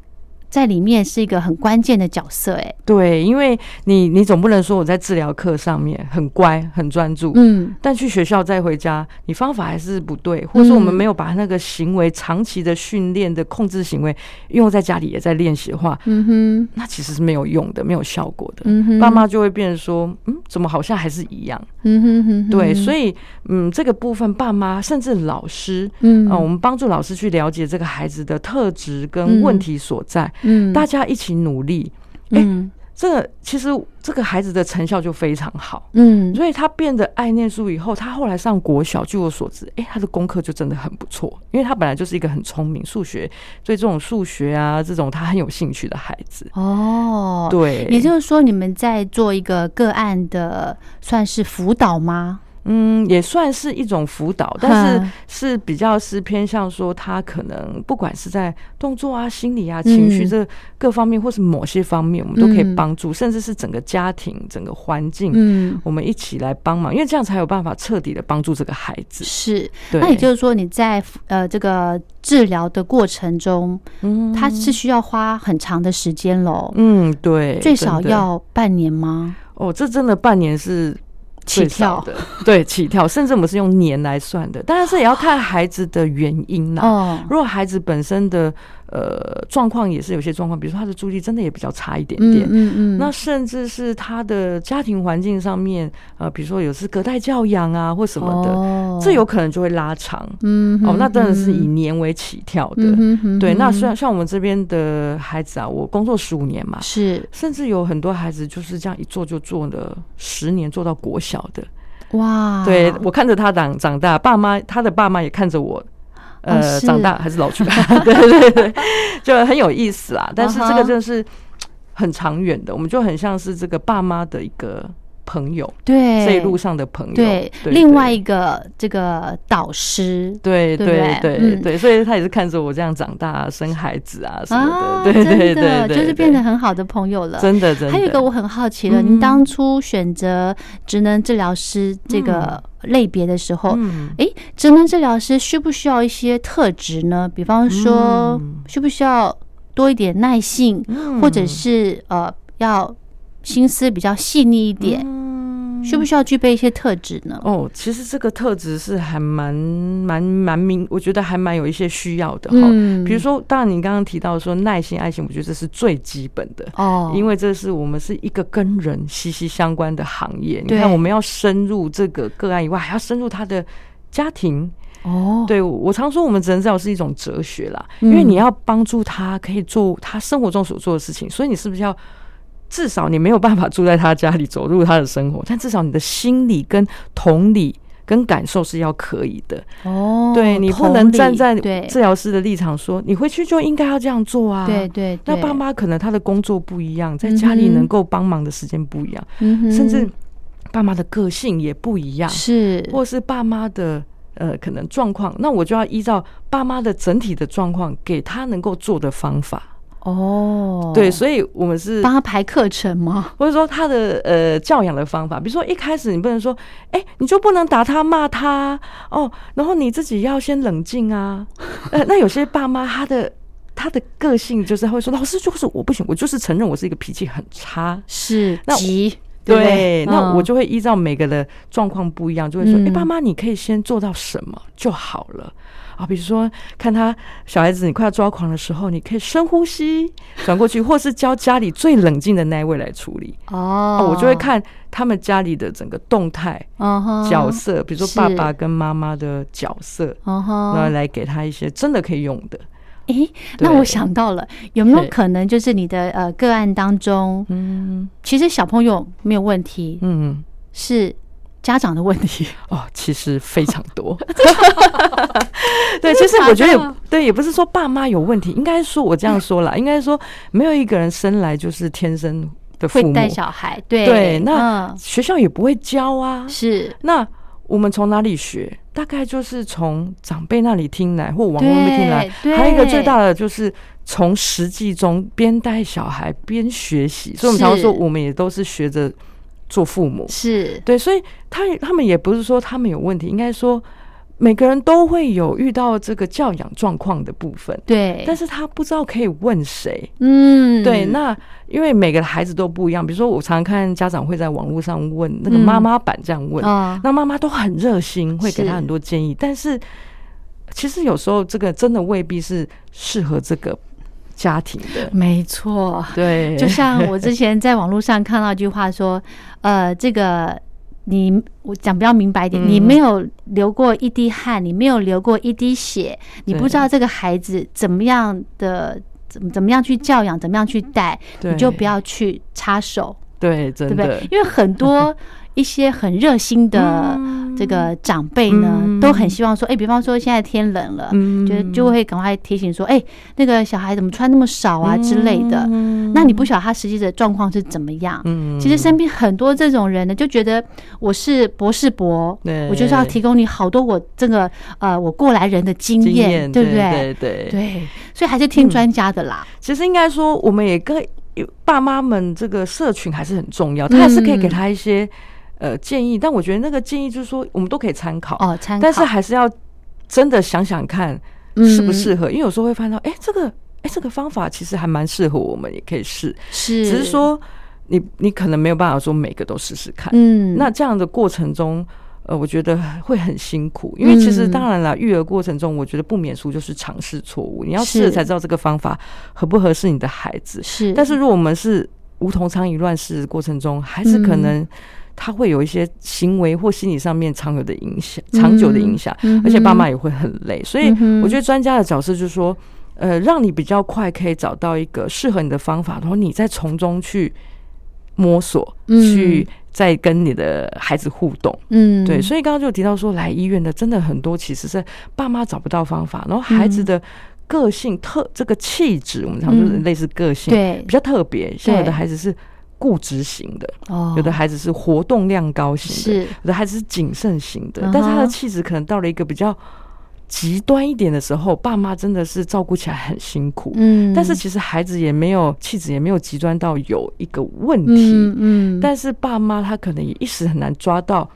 [SPEAKER 5] 在里面是一个很关键的角色、诶，哎，
[SPEAKER 6] 对，因为你你总不能说我在治疗课上面很乖很专注，
[SPEAKER 5] 嗯，
[SPEAKER 6] 但去学校再回家，你方法还是不对，或者说我们没有把那个行为长期的训练的控制行为用在家里也在练习的话，
[SPEAKER 5] 嗯哼，
[SPEAKER 6] 那其实是没有用的，没有效果的。
[SPEAKER 5] 嗯哼，
[SPEAKER 6] 爸妈就会变成说，嗯，怎么好像还是一样？
[SPEAKER 5] 嗯哼，嗯哼，
[SPEAKER 6] 对，所以嗯，这个部分爸妈甚至老师，
[SPEAKER 5] 嗯
[SPEAKER 6] 呃我们帮助老师去了解这个孩子的特质跟问题所在，
[SPEAKER 5] 嗯，
[SPEAKER 6] 大家一起努力，
[SPEAKER 5] 嗯
[SPEAKER 6] 这个其实这个孩子的成效就非常好。
[SPEAKER 5] 嗯，
[SPEAKER 6] 所以他变得爱念书以后，他后来上国小，据我所知，诶、他的功课就真的很不错，因为他本来就是一个很聪明，数学对这种数学啊这种他很有兴趣的孩子。
[SPEAKER 5] 哦，，
[SPEAKER 6] 对，
[SPEAKER 5] 也就是说，你们在做一个个案的算是辅导吗？
[SPEAKER 6] 嗯，也算是一种辅导，但
[SPEAKER 5] 嗯
[SPEAKER 6] 是是比较是偏向说他可能不管是在动作啊、心理啊、情绪
[SPEAKER 5] 嗯
[SPEAKER 6] 这各方面，或是某些方面，我们都可
[SPEAKER 5] 嗯
[SPEAKER 6] 以帮助，甚至是整个家庭、整个环境，
[SPEAKER 5] 嗯，
[SPEAKER 6] 我们一起来帮忙，因为这样才有办法彻底的帮助这个孩子。
[SPEAKER 5] 是。
[SPEAKER 6] 对，
[SPEAKER 5] 那也就是说，你在呃这个治疗的过程中，
[SPEAKER 6] 嗯
[SPEAKER 5] 它是需要花很长的时间喽，
[SPEAKER 6] 嗯，对，
[SPEAKER 5] 最少
[SPEAKER 6] 真的
[SPEAKER 5] 要半年吗？
[SPEAKER 6] 哦，这真的半年是
[SPEAKER 5] 起
[SPEAKER 6] 最
[SPEAKER 5] 跳
[SPEAKER 6] 少的，对，起跳，甚至我们是用年来算的，但是也要看孩子的原因啦。
[SPEAKER 5] 哦，
[SPEAKER 6] 如果孩子本身的呃状况也是有些状况，比如说他的注意力真的也比较差一点
[SPEAKER 5] 嗯
[SPEAKER 6] 点，
[SPEAKER 5] 嗯嗯，
[SPEAKER 6] 那甚至是他的家庭环境上面，呃，比如说有是隔代教养啊或什么的，
[SPEAKER 5] 哦
[SPEAKER 6] 这有可能就会拉长。
[SPEAKER 5] 嗯哼
[SPEAKER 6] 哦，那真的是以
[SPEAKER 5] 嗯
[SPEAKER 6] 年为起跳的。
[SPEAKER 5] 嗯哼哼
[SPEAKER 6] 对，那
[SPEAKER 5] 哼
[SPEAKER 6] 像像我们这边的孩子啊，我工作十五年嘛，
[SPEAKER 5] 是
[SPEAKER 6] 甚至有很多孩子就是这样一做就做了十年，做到国小的。
[SPEAKER 5] 哇，
[SPEAKER 6] 对我看着他长长大，爸妈他的爸妈也看着我，呃，
[SPEAKER 5] 哦是
[SPEAKER 6] 长大还是
[SPEAKER 5] [LAUGHS]
[SPEAKER 6] 老去，对对对，就很有意思啦。但是这
[SPEAKER 5] 啊哈
[SPEAKER 6] 个真的是很长远的，我们就很像是这个爸妈的一个朋友，
[SPEAKER 5] 对
[SPEAKER 6] 这一路上的朋友。
[SPEAKER 5] 对另外一个这个导师
[SPEAKER 6] 对
[SPEAKER 5] 对
[SPEAKER 6] 对
[SPEAKER 5] 不
[SPEAKER 6] 对
[SPEAKER 5] 对
[SPEAKER 6] 对
[SPEAKER 5] 嗯
[SPEAKER 6] 对所以他也是看着我这样长大、生孩子啊什么
[SPEAKER 5] 啊，
[SPEAKER 6] 的，对对对
[SPEAKER 5] 真的
[SPEAKER 6] 对，
[SPEAKER 5] 就是
[SPEAKER 6] 对
[SPEAKER 5] 变得很好的朋友了。
[SPEAKER 6] 真的真的。
[SPEAKER 5] 还有一个我很好奇了，
[SPEAKER 6] 嗯
[SPEAKER 5] 您当初选择职能治疗师这个类别的时候，
[SPEAKER 6] 嗯
[SPEAKER 5] 诶，职能治疗师需不需要一些特质呢？比方说，
[SPEAKER 6] 嗯
[SPEAKER 5] 需不需要多一点耐性，或者是呃，要心思比较细腻一点，
[SPEAKER 6] 嗯
[SPEAKER 5] 需不需要具备一些特质呢？
[SPEAKER 6] 哦，其实这个特质是还蛮蛮蛮明，我觉得还蛮有一些需要的哈。
[SPEAKER 5] 嗯
[SPEAKER 6] 比如说，当然你刚刚提到说耐心、爱心，我觉得这是最基本的。
[SPEAKER 5] 哦，
[SPEAKER 6] 因为这是我们是一个跟人息息相关的行业，你
[SPEAKER 5] 对
[SPEAKER 6] 看我们要深入这个个案以外，还要深入他的家庭。
[SPEAKER 5] 哦，嗯
[SPEAKER 6] 对我常说，我们人治疗是一种哲学啦，因为你要帮助他可以做他生活中所做的事情，所以你是不是要至少你没有办法住在他家里，走入他的生活，但至少你的心理跟同理跟感受是要可以的。
[SPEAKER 5] 哦，
[SPEAKER 6] 对你不
[SPEAKER 5] 同
[SPEAKER 6] 能
[SPEAKER 5] 理
[SPEAKER 6] 站在
[SPEAKER 5] 对
[SPEAKER 6] 治疗师的立场说，你回去就应该要这样做啊。
[SPEAKER 5] 对对，
[SPEAKER 6] 那
[SPEAKER 5] 对
[SPEAKER 6] 爸，妈可能他的工作不一样，在家里
[SPEAKER 5] 嗯哼
[SPEAKER 6] 能够帮忙的时间不一样，
[SPEAKER 5] 嗯哼
[SPEAKER 6] 甚至爸妈的个性也不一样，
[SPEAKER 5] 是
[SPEAKER 6] 或是爸妈的呃可能状况，那我就要依照爸妈的整体的状况，给他能够做的方法。
[SPEAKER 5] 哦，
[SPEAKER 6] [LAUGHS] 对，所以我们是
[SPEAKER 5] 帮他排课程吗？
[SPEAKER 6] 或者说他的呃教养的方法，比如说一开始你不能说，哎、你就不能打他骂他哦，然后你自己要先冷静啊。 [LAUGHS] 呃，那有些爸妈他的他的个性就是他会说，老师就是我不行，我就是承认我是一个脾气很差。
[SPEAKER 5] 是
[SPEAKER 6] 那
[SPEAKER 5] 急，对不
[SPEAKER 6] 对，那
[SPEAKER 5] 嗯
[SPEAKER 6] 我就会依照每个的状况不一样，就会说，哎、
[SPEAKER 5] 嗯
[SPEAKER 6] 爸妈，你可以先做到什么就好了。啊，比如说看他小孩子你快要抓狂的时候，你可以深呼吸，转过去，或是教家里最冷静的那一位来处理。
[SPEAKER 5] 哦
[SPEAKER 6] 哦，我就会，看他们家里的整个动态
[SPEAKER 5] 嗯哼，
[SPEAKER 6] 角，色，比如说爸
[SPEAKER 5] 是
[SPEAKER 6] 爸跟妈妈的角色，
[SPEAKER 5] 嗯哼，
[SPEAKER 6] 然后来给他一些真的可以用的。
[SPEAKER 5] 诶，那我
[SPEAKER 6] 对
[SPEAKER 5] 想到了，有没有
[SPEAKER 6] 是
[SPEAKER 5] 可能就是你的呃个案当中，
[SPEAKER 6] 嗯
[SPEAKER 5] 其实小朋友没有问题，
[SPEAKER 6] 嗯，
[SPEAKER 5] 是家长的问题？
[SPEAKER 6] 哦，其实非常
[SPEAKER 5] [LAUGHS]
[SPEAKER 6] 多。 [LAUGHS] 对，其实我觉得
[SPEAKER 5] 真的假
[SPEAKER 6] 也对，也不是说爸妈有问题，应该说我这样说啦，应该说没有一个人生来就是天生的
[SPEAKER 5] 会
[SPEAKER 6] 父母。
[SPEAKER 5] 带小孩，对
[SPEAKER 6] 对，那
[SPEAKER 5] 嗯
[SPEAKER 6] 学校也不会教啊。
[SPEAKER 5] 是
[SPEAKER 6] 那我们从哪里学？大概就是从长辈那里听来，或网络那边听
[SPEAKER 5] 对
[SPEAKER 6] 来。
[SPEAKER 5] 对
[SPEAKER 6] 还有一个最大的就是从实际中边带小孩边学习，所以我们常常说，
[SPEAKER 5] 是
[SPEAKER 6] 我们也都是学着做父母。
[SPEAKER 5] 是，
[SPEAKER 6] 对，所以他他们也不是说他们有问题，应该说每个人都会有遇到这个教养状况的部分，
[SPEAKER 5] 对，
[SPEAKER 6] 但
[SPEAKER 5] 是
[SPEAKER 6] 是他不知道可以问谁。
[SPEAKER 5] 嗯，
[SPEAKER 6] 对，那因为每个孩子都不一样，比如说我常看家长会在网络上问
[SPEAKER 5] 嗯
[SPEAKER 6] 那个妈妈版这样问，
[SPEAKER 5] 啊
[SPEAKER 6] 那妈妈都很热心，会给
[SPEAKER 5] 是
[SPEAKER 6] 他很多建议，但是其实有时候这个真的未必是适合这个家庭的。
[SPEAKER 5] 没错，
[SPEAKER 6] 对，
[SPEAKER 5] 嗯就像我
[SPEAKER 6] [LAUGHS]
[SPEAKER 5] 之前在网络上看到一句话说，呃，这个你我讲比较明白一点，
[SPEAKER 6] 嗯
[SPEAKER 5] 你没有流过一滴汗，你没有流过一滴血，你
[SPEAKER 6] 对
[SPEAKER 5] 不知道这个孩子怎么样的。怎么怎么样去教养，怎么样去带，
[SPEAKER 6] 对
[SPEAKER 5] 你就不要去插手，
[SPEAKER 6] 对，真
[SPEAKER 5] 对不
[SPEAKER 6] 的
[SPEAKER 5] 对？因为很
[SPEAKER 6] [LAUGHS]
[SPEAKER 5] 多一些很热心的这个长辈呢，
[SPEAKER 6] 嗯
[SPEAKER 5] 都很希望说，哎、比方说现在天冷了，
[SPEAKER 6] 嗯
[SPEAKER 5] 就就会赶快提醒说，哎、那个小孩怎么穿那么少啊之类的。
[SPEAKER 6] 嗯
[SPEAKER 5] 那你不晓得他实际的状况是怎么样。
[SPEAKER 6] 嗯
[SPEAKER 5] 其实身边很多这种人呢，就觉得我是博士博
[SPEAKER 6] 对，
[SPEAKER 5] 我就是要提供你好多我这个呃我过来人的经
[SPEAKER 6] 经
[SPEAKER 5] 验，
[SPEAKER 6] 验，
[SPEAKER 5] 不对？
[SPEAKER 6] 对对嗯对，
[SPEAKER 5] 对，所以还是听专家的啦。
[SPEAKER 6] 其实应该说，我们也跟爸妈们这个社群还是很重要，他还是可以给他一些、呃建议，但我觉得那个建议就是说，我们都可以参考，
[SPEAKER 5] 嗯哦，参考。
[SPEAKER 6] 但是还是要真的想想看
[SPEAKER 5] 嗯
[SPEAKER 6] 适不适合，因为有时候会发现到，哎，这个哎这个方法其实还蛮适合我们，也可以试，
[SPEAKER 5] 是
[SPEAKER 6] 只是说你你可能没有办法说每个都试试看，
[SPEAKER 5] 嗯，
[SPEAKER 6] 那这样的过程中，呃，我觉得会很辛苦，因为其实
[SPEAKER 5] 嗯
[SPEAKER 6] 当然了，育儿过程中，我觉得不免俗就是尝试错误，你要
[SPEAKER 5] 是
[SPEAKER 6] 试了才知道这个方法合不合适你的孩子。
[SPEAKER 5] 是，
[SPEAKER 6] 但是如果我们是无头苍蝇乱试的过程中，还是可
[SPEAKER 5] 嗯
[SPEAKER 6] 能他会有一些行为或心理上面常有的影响，长久的影响，
[SPEAKER 5] 嗯哼
[SPEAKER 6] 而且爸妈也会很累。所以
[SPEAKER 5] 嗯哼
[SPEAKER 6] 我觉得专家的角色就是说，呃，让你比较快可以找到一个适合你的方法，然后你再从中去摸索，
[SPEAKER 5] 嗯
[SPEAKER 6] 去再跟你的孩子互动。
[SPEAKER 5] 嗯，
[SPEAKER 6] 对，所以刚刚就提到说，来医院的真的很多，其实是爸妈找不到方法，然后孩子的个性特这个气质，我们常说是
[SPEAKER 5] 嗯
[SPEAKER 6] 类似个性，
[SPEAKER 5] 对
[SPEAKER 6] 比较特别。像有的
[SPEAKER 5] 对
[SPEAKER 6] 孩子是固执型的，
[SPEAKER 5] 哦，
[SPEAKER 6] 有的孩子是活动量高型的，
[SPEAKER 5] 是
[SPEAKER 6] 有的孩子是谨慎型的
[SPEAKER 5] 嗯哼，
[SPEAKER 6] 但是他的气质可能到了一个比较极端一点的时候，爸妈真的是照顾起来很辛苦。
[SPEAKER 5] 嗯，
[SPEAKER 6] 但是其实孩子也没有气质，也没有极端到有一个问题，
[SPEAKER 5] 嗯嗯，
[SPEAKER 6] 但是爸妈他可能也一时很难抓到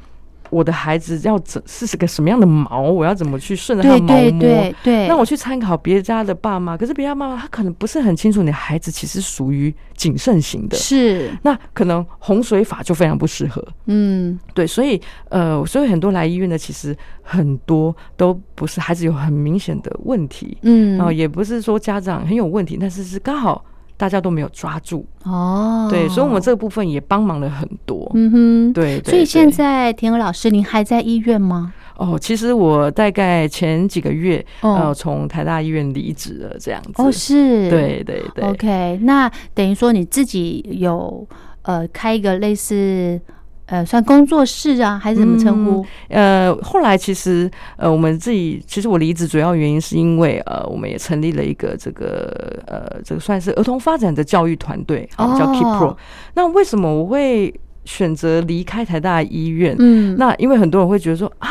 [SPEAKER 6] 我的孩子要怎是是个什么样的毛，我要怎么去顺着他
[SPEAKER 5] 对
[SPEAKER 6] 的毛
[SPEAKER 5] 对
[SPEAKER 6] 摸。
[SPEAKER 5] 对对，
[SPEAKER 6] 那我去参考别家的爸妈，可是别家妈妈他可能不是很清楚你的孩子其实属于谨慎型的，
[SPEAKER 5] 是
[SPEAKER 6] 那可能洪水法就非常不适合。
[SPEAKER 5] 嗯
[SPEAKER 6] 对，所以呃，所以很多来医院的其实很多都不是孩子有很明显的问题，
[SPEAKER 5] 嗯
[SPEAKER 6] 然后也不是说家长很有问题，但是是刚好大家都没有抓住。
[SPEAKER 5] 哦，
[SPEAKER 6] 对，所以我们这个部分也帮忙了很多。
[SPEAKER 5] 嗯哼，
[SPEAKER 6] 对，对
[SPEAKER 5] 所以现
[SPEAKER 6] 对
[SPEAKER 5] 在田娥老师，您还在医院吗？
[SPEAKER 6] 哦，其实我大概前几个月，
[SPEAKER 5] 哦
[SPEAKER 6] 呃，从台大医院离职了，这样子。
[SPEAKER 5] 哦，是，
[SPEAKER 6] 对对对。
[SPEAKER 5] OK，那等于说你自己有呃开一个类似呃算工作室啊，还是怎么称呼？
[SPEAKER 6] 呃，后来其实呃，我们自己其实我离职主要原因是因为呃，我们也成立了一个这个呃，这个算是儿童发展的教育团队，好叫
[SPEAKER 5] 哦
[SPEAKER 6] Keep Pro。那为什么我会选择离开台大医院？
[SPEAKER 5] 嗯
[SPEAKER 6] 那因为很多人会觉得说啊。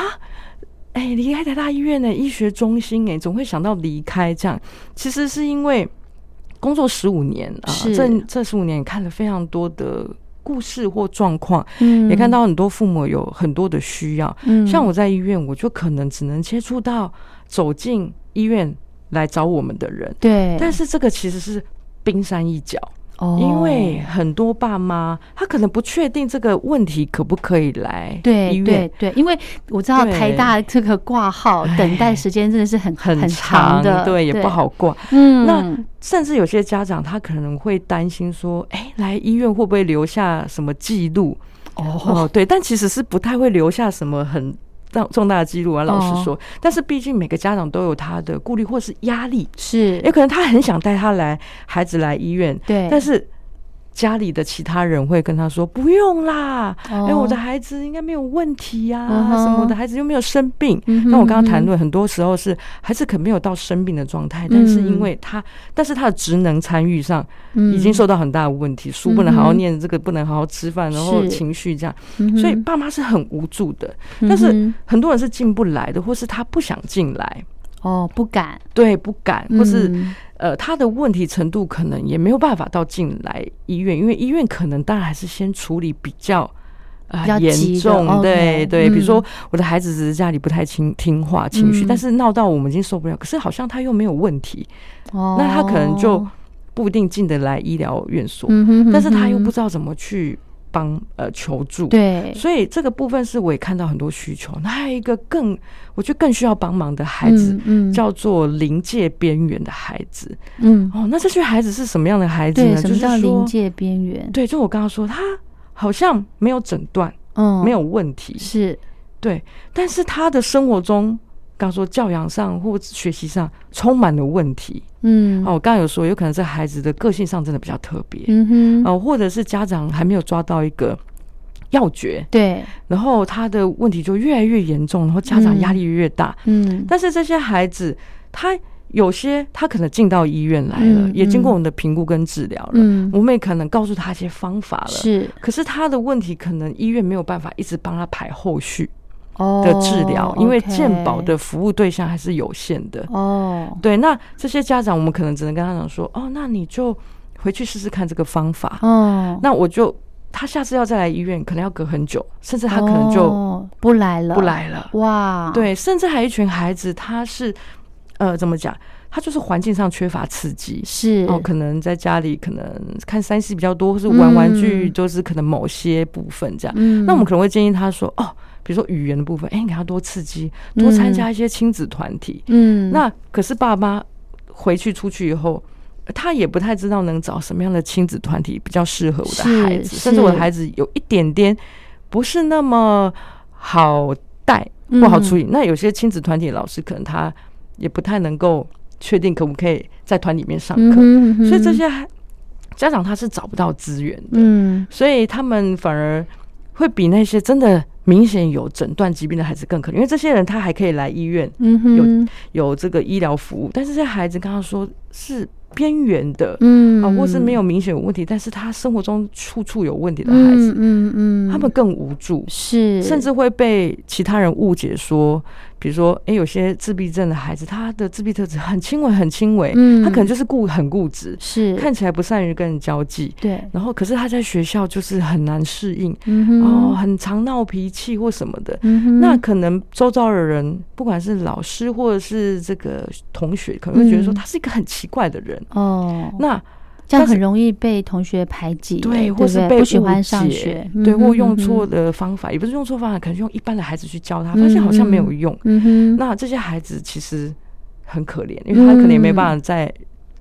[SPEAKER 6] 哎，离开台大医院呢，医学中心哎，总会想到离开这样。其实是因为工作十五年啊，
[SPEAKER 5] 是
[SPEAKER 6] 这这十五年看了非常多的故事或状况，
[SPEAKER 5] 嗯
[SPEAKER 6] 也看到很多父母有很多的需要。
[SPEAKER 5] 嗯
[SPEAKER 6] 像我在医院，我就可能只能接触到走进医院来找我们的人，
[SPEAKER 5] 对，
[SPEAKER 6] 但是这个其实是冰山一角，
[SPEAKER 5] 哦
[SPEAKER 6] 因为很多爸妈他可能不确定这个问题可不可以来医
[SPEAKER 5] 对
[SPEAKER 6] 院。
[SPEAKER 5] 对对，因为我知道
[SPEAKER 6] 对
[SPEAKER 5] 台大这个挂号
[SPEAKER 6] 哎
[SPEAKER 5] 等待时间真的是很
[SPEAKER 6] 很
[SPEAKER 5] 长的，
[SPEAKER 6] 对，也不。好挂。
[SPEAKER 5] 嗯，
[SPEAKER 6] 那甚至有些家长他可能会担心说，哎、来医院会不会留下什么记录？
[SPEAKER 5] 哦，
[SPEAKER 6] 哦，对，但其实是不太会留下什么很重重大的记录啊。老
[SPEAKER 5] 哦
[SPEAKER 6] 实说，但是毕竟每个家长都有他的顾虑或是压力，
[SPEAKER 5] 是
[SPEAKER 6] 也，可能他很想带他来孩子来医院，
[SPEAKER 5] 对，
[SPEAKER 6] 但是。家里的其他人会跟他说：“不用啦，哎、
[SPEAKER 5] 哦
[SPEAKER 6] 我的孩子应该没有问题呀、
[SPEAKER 5] 嗯哼
[SPEAKER 6] 什么我的孩子又没有生病。
[SPEAKER 5] 嗯哼
[SPEAKER 6] 那我刚刚谈论，很多时候是孩子可能没有到生病的状态，但是
[SPEAKER 5] 嗯
[SPEAKER 6] 因为他，但是他的职能参与上已经受到很大的问题，书不能好
[SPEAKER 5] 嗯
[SPEAKER 6] 好
[SPEAKER 5] 哼
[SPEAKER 6] 念，这个不能好好吃饭，然后
[SPEAKER 5] 是
[SPEAKER 6] 情绪这样，
[SPEAKER 5] 嗯哼
[SPEAKER 6] 所以爸妈是很无助的。但是
[SPEAKER 5] 嗯
[SPEAKER 6] 很多人是进不来的，或是他不想进来，
[SPEAKER 5] 哦不敢，
[SPEAKER 6] 对，不敢，或是、
[SPEAKER 5] 嗯
[SPEAKER 6] 呃，他的问题程度可能也没有办法到进来医院，因为医院可能当然还是先处理比较。
[SPEAKER 5] 比较
[SPEAKER 6] 呃，
[SPEAKER 5] 急的
[SPEAKER 6] 严重，对
[SPEAKER 5] OK，
[SPEAKER 6] 对，比如说
[SPEAKER 5] 嗯
[SPEAKER 6] 我的孩子只是家里不太听听话，情绪，
[SPEAKER 5] 嗯
[SPEAKER 6] 但是闹到我们已经受不了，可是好像他又没有问题，
[SPEAKER 5] 哦，
[SPEAKER 6] 那他可能就不一定进得来医疗院所，
[SPEAKER 5] 嗯哼，
[SPEAKER 6] 但是他又
[SPEAKER 5] 嗯哼
[SPEAKER 6] 不知道怎么去帮呃求助，
[SPEAKER 5] 对，
[SPEAKER 6] 所以这个部分是我也看到很多需求。那还有一个更，我觉得更需要帮忙的孩子，
[SPEAKER 5] 嗯嗯
[SPEAKER 6] 叫做临界边缘的孩子。
[SPEAKER 5] 嗯，
[SPEAKER 6] 哦，那这群孩子是什么样的孩子
[SPEAKER 5] 对，
[SPEAKER 6] 呢？
[SPEAKER 5] 什
[SPEAKER 6] 就
[SPEAKER 5] 么
[SPEAKER 6] 是
[SPEAKER 5] 叫临
[SPEAKER 6] 说，
[SPEAKER 5] 界边缘？
[SPEAKER 6] 对，就我刚刚说，他好像没有诊断，
[SPEAKER 5] 嗯，
[SPEAKER 6] 没有问题，
[SPEAKER 5] 是
[SPEAKER 6] 对，但是他的生活中。刚说教养上或学习上充满了问题
[SPEAKER 5] 嗯
[SPEAKER 6] 哦，我刚刚有说有可能这孩子的个性上真的比较特别，
[SPEAKER 5] 嗯哼，
[SPEAKER 6] 哦，或者是家长还没有抓到一个要诀，
[SPEAKER 5] 对，
[SPEAKER 6] 然后他的问题就越来越严重，然后家长压力越大。
[SPEAKER 5] 嗯，
[SPEAKER 6] 但是这些孩子，他有些他可能进到医院来了，
[SPEAKER 5] 嗯
[SPEAKER 6] 也经过
[SPEAKER 5] 嗯
[SPEAKER 6] 我们的评估跟治疗了，
[SPEAKER 5] 嗯
[SPEAKER 6] 我们也可能告诉他一些方法了。
[SPEAKER 5] 是
[SPEAKER 6] 可是他的问题可能医院没有办法一直帮他排后续
[SPEAKER 5] 哦
[SPEAKER 6] 的治疗，因为
[SPEAKER 5] OK
[SPEAKER 6] 健保的服务对象还是有限的。
[SPEAKER 5] 哦，
[SPEAKER 6] 对，那这些家长我们可能只能跟他讲说，哦，那你就回去试试看这个方法。
[SPEAKER 5] 哦，
[SPEAKER 6] 那我就他下次要再来医院，可能要隔很久，甚至他可能就
[SPEAKER 5] 哦不来了，
[SPEAKER 6] 不来了。
[SPEAKER 5] 哇，，
[SPEAKER 6] 对，甚至还有一群孩子，他是呃怎么讲？他就是环境上缺乏刺激，
[SPEAKER 5] 是
[SPEAKER 6] 哦，可能在家里可能看三 C 比较多，或是玩玩具，
[SPEAKER 5] 嗯
[SPEAKER 6] 就是可能某些部分这样。
[SPEAKER 5] 嗯
[SPEAKER 6] 那我们可能会建议他说，哦，比如说语言的部分，哎、你给他多刺激，多参加一些亲子团体。
[SPEAKER 5] 嗯
[SPEAKER 6] 那可是爸妈回去出去以后。呃他也不太知道能找什么样的亲子团体比较适合我的
[SPEAKER 5] 是
[SPEAKER 6] 孩子，甚至我的
[SPEAKER 5] 是
[SPEAKER 6] 孩子有一点点不是那么好带，
[SPEAKER 5] 嗯
[SPEAKER 6] 不好处理。那有些亲子团体老师可能他也不太能够确定可不可以在团里面上
[SPEAKER 5] 嗯
[SPEAKER 6] 课，
[SPEAKER 5] 哼，嗯哼
[SPEAKER 6] 所以这些孩家长他是找不到资源的，
[SPEAKER 5] 嗯
[SPEAKER 6] 所以他们反而会比那些真的明显有诊断疾病的孩子更可怜，因为这些人他还可以来医院
[SPEAKER 5] 嗯哼
[SPEAKER 6] 有有这个医疗服务，但是这些孩子刚刚说是边缘的，
[SPEAKER 5] 嗯
[SPEAKER 6] 啊，或是没有明显有问题，但是他生活中处处有问题的孩子，
[SPEAKER 5] 嗯嗯嗯，
[SPEAKER 6] 他们更无助，
[SPEAKER 5] 是
[SPEAKER 6] 甚至会被其他人误解说，比如说，诶，有些自闭症的孩子，他的自闭特质很轻微，很轻微，
[SPEAKER 5] 嗯
[SPEAKER 6] 他可能就是固很固执，
[SPEAKER 5] 是
[SPEAKER 6] 看起来不善于跟人交际，
[SPEAKER 5] 对，
[SPEAKER 6] 然后可是他在学校就是很难适应，
[SPEAKER 5] 嗯哼
[SPEAKER 6] 哦，，很常闹脾气或什么的。
[SPEAKER 5] 嗯哼，
[SPEAKER 6] 那可能周遭的人，不管是老师或者是这个同学，可能会觉得说
[SPEAKER 5] 嗯
[SPEAKER 6] 他是一个很奇怪的人。
[SPEAKER 5] 哦，
[SPEAKER 6] 那
[SPEAKER 5] 这样
[SPEAKER 6] 但是
[SPEAKER 5] 很容易被同学排挤耶，
[SPEAKER 6] 嗯
[SPEAKER 5] 欸
[SPEAKER 6] 对，
[SPEAKER 5] 对
[SPEAKER 6] 或
[SPEAKER 5] 不
[SPEAKER 6] 是
[SPEAKER 5] 对
[SPEAKER 6] 被
[SPEAKER 5] 不喜
[SPEAKER 6] 误
[SPEAKER 5] 欢上
[SPEAKER 6] 解
[SPEAKER 5] 学，
[SPEAKER 6] 对，
[SPEAKER 5] 嗯
[SPEAKER 6] 或
[SPEAKER 5] 哼
[SPEAKER 6] 用
[SPEAKER 5] 嗯哼
[SPEAKER 6] 错的方法，也不是用错方法，可能用一般的孩子去教他，发现好像没有用。
[SPEAKER 5] 嗯哼，
[SPEAKER 6] 那这些孩子其实很可怜，因为他可能也没办法在、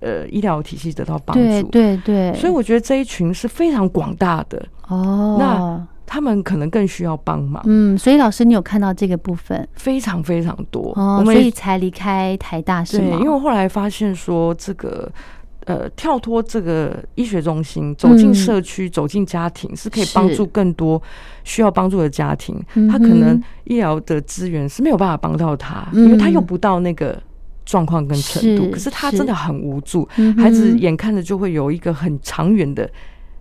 [SPEAKER 6] 呃医疗体系得到帮
[SPEAKER 5] 对
[SPEAKER 6] 助。
[SPEAKER 5] 对对，
[SPEAKER 6] 所以我觉得这一群是非常广大的。
[SPEAKER 5] 哦，
[SPEAKER 6] 那他们可能更需要帮忙，
[SPEAKER 5] 嗯，所以老师你有看到这个部分
[SPEAKER 6] 非常非常多。
[SPEAKER 5] 哦
[SPEAKER 6] 我，们
[SPEAKER 5] 所
[SPEAKER 6] 也
[SPEAKER 5] 以才离开台大是
[SPEAKER 6] 对，
[SPEAKER 5] 吗？
[SPEAKER 6] 因为我后来发现说，这个呃，跳脱这个医学中心，走进
[SPEAKER 5] 嗯
[SPEAKER 6] 社区，走进家庭，是可以帮
[SPEAKER 5] 是
[SPEAKER 6] 助更多需要帮助的家庭。
[SPEAKER 5] 嗯
[SPEAKER 6] 他可能
[SPEAKER 5] 哼
[SPEAKER 6] 医疗的资源是没有办法帮到他，因为他又
[SPEAKER 5] 嗯
[SPEAKER 6] 不到那个。状况跟程度，
[SPEAKER 5] 是
[SPEAKER 6] 可是他
[SPEAKER 5] 是
[SPEAKER 6] 真的很无助，
[SPEAKER 5] 嗯哼
[SPEAKER 6] 孩子眼看着就会有一个很长远的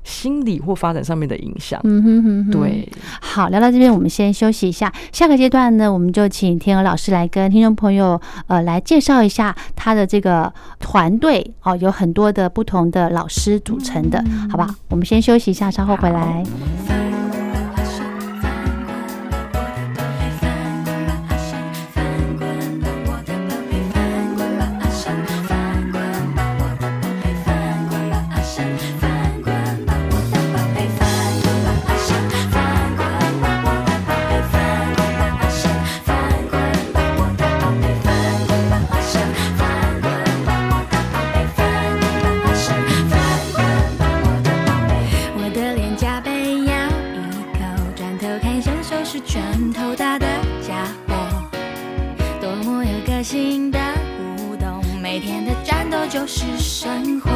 [SPEAKER 6] 心理或发展上面的影响。
[SPEAKER 5] 嗯哼哼哼，
[SPEAKER 6] 对，
[SPEAKER 5] 好，聊到这边，我们先休息一下。下个阶段呢，我们就请天鹅老师来跟听众朋友呃来介绍一下他的这个团队哦，有很多的不同的老师组成的，好不好？我们先休息一下，稍后回来。
[SPEAKER 3] 翻过了阿山，翻过了我的宝贝，翻过了阿山，翻过了我的宝贝，翻过了阿山，翻过了我的宝贝，翻过了阿山，翻过了我的宝贝，翻过了阿山，翻过了我的宝贝，翻过了阿山，翻过了我的宝贝，翻过了阿山，翻过了我的宝贝，翻过了阿山，翻过了我的宝贝。我的脸颊被咬一口，转头看向手是拳头大的家伙，多么有个性的互动，每天的战斗就是生活。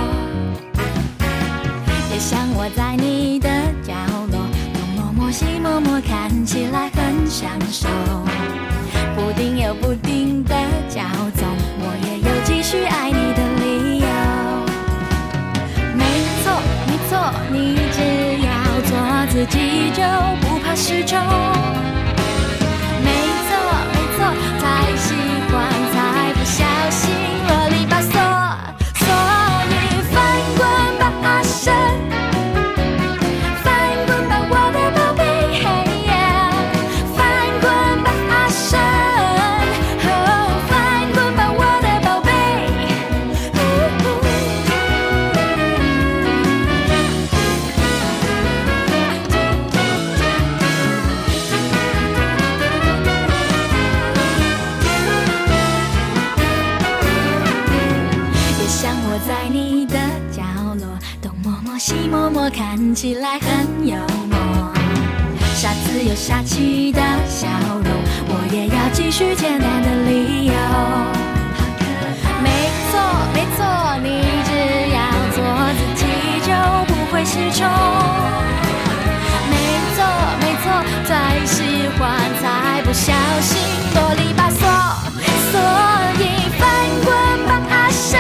[SPEAKER 3] 别想我在你的角落，东摸摸西摸摸，看起来很享受。不定有不定的骄纵，我也有继续爱你的理由。没错，没错，你只要做自己就不怕失宠。没错，没错，太喜欢才不小心啰里吧嗦，所以翻滚吧，阿生。翻滚吧，我的宝贝，嘿呀！翻滚吧，阿生，哦，翻滚吧，我的宝贝。也像我在你的角落，东摸摸西摸摸，看起来很幽默，傻子有傻气的笑容，我也要继续简单的理由。没错，没错，你只要做自己就不会失宠。没错，没错，再喜欢才不小心啰里吧嗦，所以翻滚吧，阿神。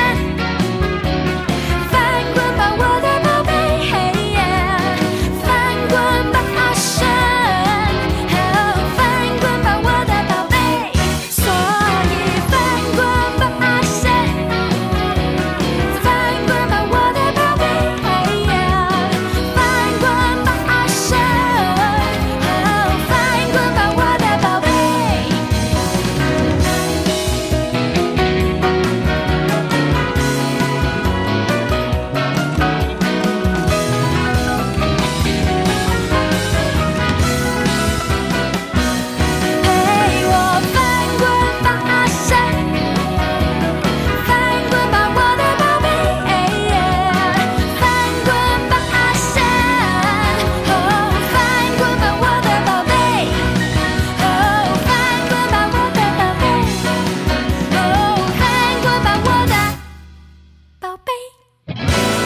[SPEAKER 3] 翻滚吧，我的宝贝，嘿耶！翻滚吧，阿神，哦，翻滚吧，我的宝贝，所以翻滚吧，阿神，翻滚吧，我的宝贝，嘿呀！翻滚吧，阿神，哦，翻滚吧，我的宝贝。陪我翻滚吧，阿神，翻滚吧，我的宝贝，翻滚吧，阿神，哦，翻滚吧，我的宝贝，哦，翻滚吧，我的宝贝，哦，翻滚吧，我的宝贝。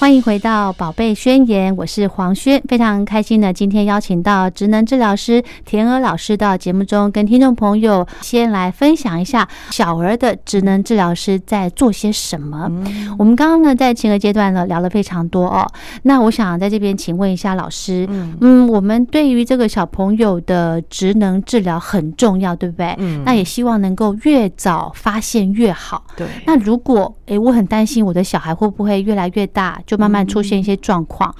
[SPEAKER 5] 欢迎回到《宝贝宣言》，我是黄轩，非常开心呢，今天邀请到职能治疗师田鹅老师到节目中，跟听众朋友先来分享一下小儿的职能治疗师在做些什么。我们刚刚呢在前个阶段呢聊了非常多哦，那我想在这边请问一下老师，嗯我们对于这个小朋友的职能治疗很重要，对不对？
[SPEAKER 6] 嗯
[SPEAKER 5] 那也希望能够越早发现越好。
[SPEAKER 6] 对，
[SPEAKER 5] 那如果诶，我很担心我的小孩会不会越来越大，就慢慢出
[SPEAKER 6] 嗯
[SPEAKER 5] 现一些状况，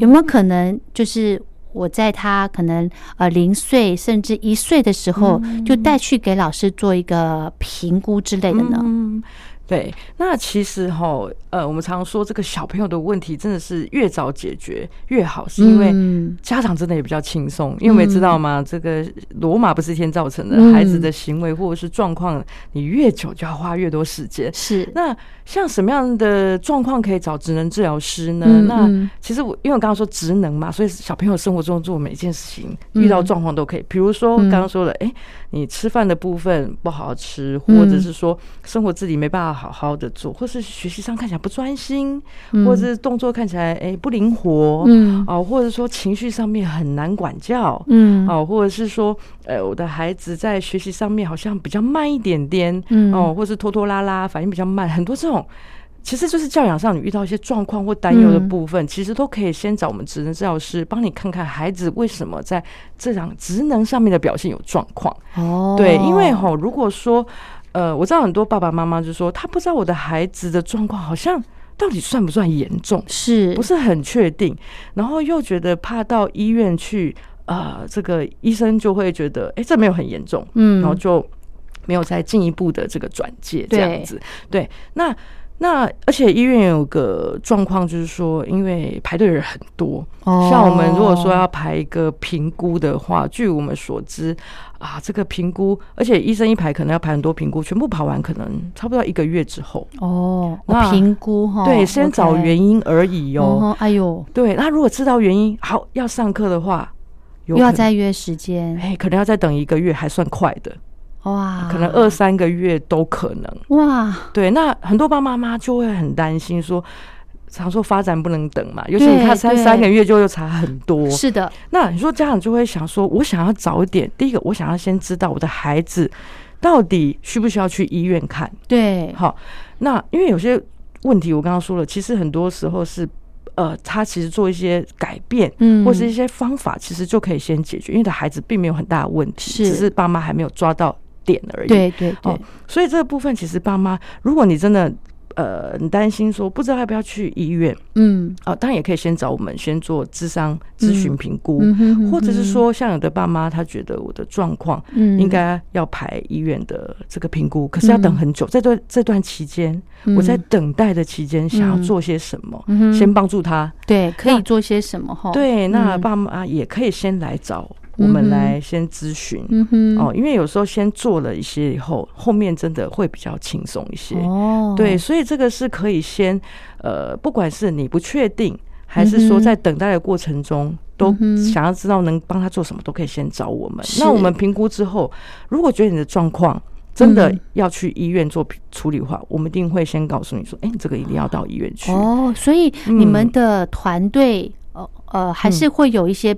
[SPEAKER 5] 有没有可能就是我在他可能呃零岁甚至
[SPEAKER 6] 嗯
[SPEAKER 5] 一岁的时候，就带去给老师做一个评估之类的呢？
[SPEAKER 6] 嗯，对，那其实哈，呃，我们常说这个小朋友的问题真的是越早解决越好，是因为
[SPEAKER 5] 嗯
[SPEAKER 6] 家长真的也比较轻松，因为知道吗？这个罗马不是一天造成的，孩子的行为或者是状况，你越久就要花越多时间。
[SPEAKER 5] 是
[SPEAKER 6] 那像什么样的状况可以找职能治疗师呢？
[SPEAKER 5] 嗯嗯
[SPEAKER 6] 那其实我因为我刚刚说职能嘛，所以小朋友生活中做每件事情
[SPEAKER 5] 嗯
[SPEAKER 6] 遇到状况都可以。比如说刚刚说了，哎、你吃饭的部分不好好吃，或者是
[SPEAKER 5] 嗯
[SPEAKER 6] 说生活自理没办法好好的做，或是学习上看起来不专心，或者是动作看起来哎、不灵活，
[SPEAKER 5] 嗯
[SPEAKER 6] 哦、或者说情绪上面很难管教，
[SPEAKER 5] 嗯
[SPEAKER 6] 哦，或者是说，呃，我的孩子在学习上面好像比较慢一点点，
[SPEAKER 5] 嗯
[SPEAKER 6] 哦，或是拖拖拉拉，反应比较慢，很多这种，其实就是教养上你遇到一些状况或担忧的
[SPEAKER 5] 嗯
[SPEAKER 6] 部分，其实都可以先找我们职能治疗师帮你看看孩子为什么在这样职能上面的表现有状况。
[SPEAKER 5] 哦，
[SPEAKER 6] 对，因为吼，如果说，呃，我知道很多爸爸妈妈就说他不知道我的孩子的状况好像到底算不算严重，
[SPEAKER 5] 是
[SPEAKER 6] 不是很确定，然后又觉得怕到医院去，啊，这个医生就会觉得，哎、这没有很严重，
[SPEAKER 5] 嗯
[SPEAKER 6] 然后就没有再进一步的这个转介这样子，对，那。那而且医院有个状况，就是说，因为排队的人很多，
[SPEAKER 5] 哦
[SPEAKER 6] 像我们如果说要排一个评估的话，据我们所知啊，这个评估，而且医生一排可能要排很多评估，全部跑完可能差不多一个月之后，
[SPEAKER 5] 哦，我
[SPEAKER 6] 那
[SPEAKER 5] 评估哈，
[SPEAKER 6] 对，先找
[SPEAKER 5] OK
[SPEAKER 6] 原因而已哟、
[SPEAKER 5] 哦，哎呦，
[SPEAKER 6] 对，那如果知道原因，好要上课的话，有
[SPEAKER 5] 又要
[SPEAKER 6] 可能
[SPEAKER 5] 再约时间，
[SPEAKER 6] 哎、可能要再等一个月，还算快的，
[SPEAKER 5] 哇，
[SPEAKER 6] 可能二三个月都可能。
[SPEAKER 5] 哇，
[SPEAKER 6] 对，那很多爸爸妈妈就会很担心说。常说发展不能等嘛，尤其
[SPEAKER 5] 对
[SPEAKER 6] 他三
[SPEAKER 5] 对
[SPEAKER 6] 三个月就又差很多。
[SPEAKER 5] 是的，
[SPEAKER 6] 那你说家长就会想说，我想要早一点，第一个我想要先知道我的孩子到底需不需要去医院看。
[SPEAKER 5] 对，
[SPEAKER 6] 好，那因为有些问题我刚刚说了，其实很多时候是。呃，他其实做一些改变，
[SPEAKER 5] 嗯
[SPEAKER 6] 或是一些方法，其实就可以先解决，因为他孩子并没有很大的问题，
[SPEAKER 5] 是
[SPEAKER 6] 只是爸妈还没有抓到点而已。
[SPEAKER 5] 对对
[SPEAKER 6] 哦
[SPEAKER 5] 对，，
[SPEAKER 6] 所以这个部分其实爸妈，如果你真的呃很担心说不知道要不要去医院，
[SPEAKER 5] 嗯
[SPEAKER 6] 啊，当然也可以先找我们先做智商咨询评估，
[SPEAKER 5] 嗯哼哼
[SPEAKER 6] 或者是说，像有的爸妈他觉得我的状况
[SPEAKER 5] 嗯，
[SPEAKER 6] 应该要排医院的这个评估，可是要等很久。这段这段期间，我在等待的期间想要做些什么，
[SPEAKER 5] 嗯哼哦
[SPEAKER 6] 先帮助他。
[SPEAKER 5] 对可以
[SPEAKER 6] 那
[SPEAKER 5] 做些什么哈？
[SPEAKER 6] 对，那
[SPEAKER 5] 嗯
[SPEAKER 6] 爸妈也可以先来找我们来先咨询。
[SPEAKER 5] 嗯哼，
[SPEAKER 6] 哦，因为有时候先做了一些以后，后面真的会比较轻松一些。
[SPEAKER 5] 哦，
[SPEAKER 6] 对，所以这个是可以先，呃，不管是你不确定，还
[SPEAKER 5] 嗯
[SPEAKER 6] 是说在等待的过程中，都想要知道能帮他做什么，都可以先找我们。
[SPEAKER 5] 是
[SPEAKER 6] 那我们评估之后，如果觉得你的状况真的
[SPEAKER 5] 嗯
[SPEAKER 6] 要去医院做处理的话，我们一定会先告诉你说，哎、你这个一定要到医院去。
[SPEAKER 5] 哦，所以你们
[SPEAKER 6] 嗯
[SPEAKER 5] 的团队呃呃还
[SPEAKER 6] 嗯
[SPEAKER 5] 是会有一些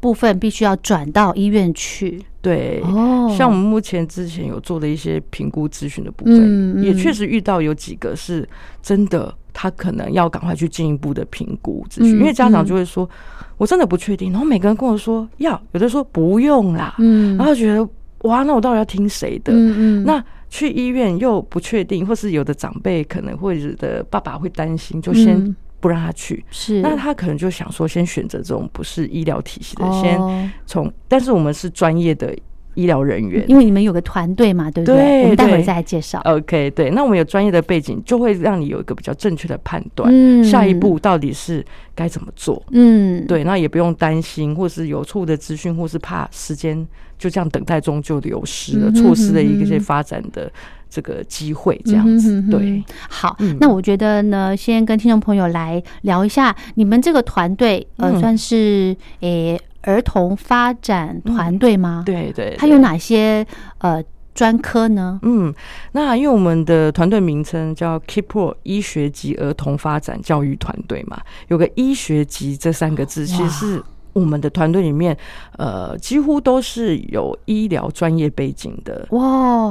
[SPEAKER 5] 部分必须要转到医院去
[SPEAKER 6] 对。
[SPEAKER 5] 哦，
[SPEAKER 6] 像我们目前之前有做的一些评估咨询的部分，
[SPEAKER 5] 嗯嗯
[SPEAKER 6] 也确实遇到有几个是真的，他可能要赶快去进一步的评估咨询，
[SPEAKER 5] 嗯
[SPEAKER 6] 因为家长就会说，我真的不确定，然后每个人跟我说要，有的说不用啦，
[SPEAKER 5] 嗯
[SPEAKER 6] 然后觉得哇，那我到底要听谁的？
[SPEAKER 5] 嗯嗯
[SPEAKER 6] 啊那去医院又不确定，或是有的长辈可能或者的爸爸会担心，就先
[SPEAKER 5] 嗯
[SPEAKER 6] 不让他去。
[SPEAKER 5] 是
[SPEAKER 6] 那他可能就想说，先选择这种不是医疗体系的，
[SPEAKER 5] 哦
[SPEAKER 6] 先从。但是我们是专业的医疗人员，
[SPEAKER 5] 嗯因为你们有个团队嘛，对不
[SPEAKER 6] 对
[SPEAKER 5] 我们待会儿
[SPEAKER 6] 对啊
[SPEAKER 5] 再来介绍。
[SPEAKER 6] OK，对，那我们有专业的背景，就会让你有一个比较正确的判断，
[SPEAKER 5] 嗯
[SPEAKER 6] 下一步到底是该怎么做。
[SPEAKER 5] 嗯，
[SPEAKER 6] 对，那也不用担心，或是有错误的资讯，或是怕时间就这样等待中就流失了，
[SPEAKER 5] 嗯哼
[SPEAKER 6] 错失了
[SPEAKER 5] 嗯哼
[SPEAKER 6] 一些发展的这个机会，这样子。
[SPEAKER 5] 嗯哼
[SPEAKER 6] 对，，
[SPEAKER 5] 好，
[SPEAKER 6] 嗯
[SPEAKER 5] 那我觉得呢，先跟听众朋友来聊一下你们这个团队，呃，
[SPEAKER 6] 嗯
[SPEAKER 5] 算是诶、儿童发展团队吗？，
[SPEAKER 6] 嗯对对，
[SPEAKER 5] 它有哪些呃专科呢？
[SPEAKER 6] 嗯，那因为我们的团队名称叫 KPRO 医学及儿童发展教育团队嘛，有个医学及这三个字，其实是我们的团队里面，呃，几乎都是有医疗专业背景的
[SPEAKER 5] 哇，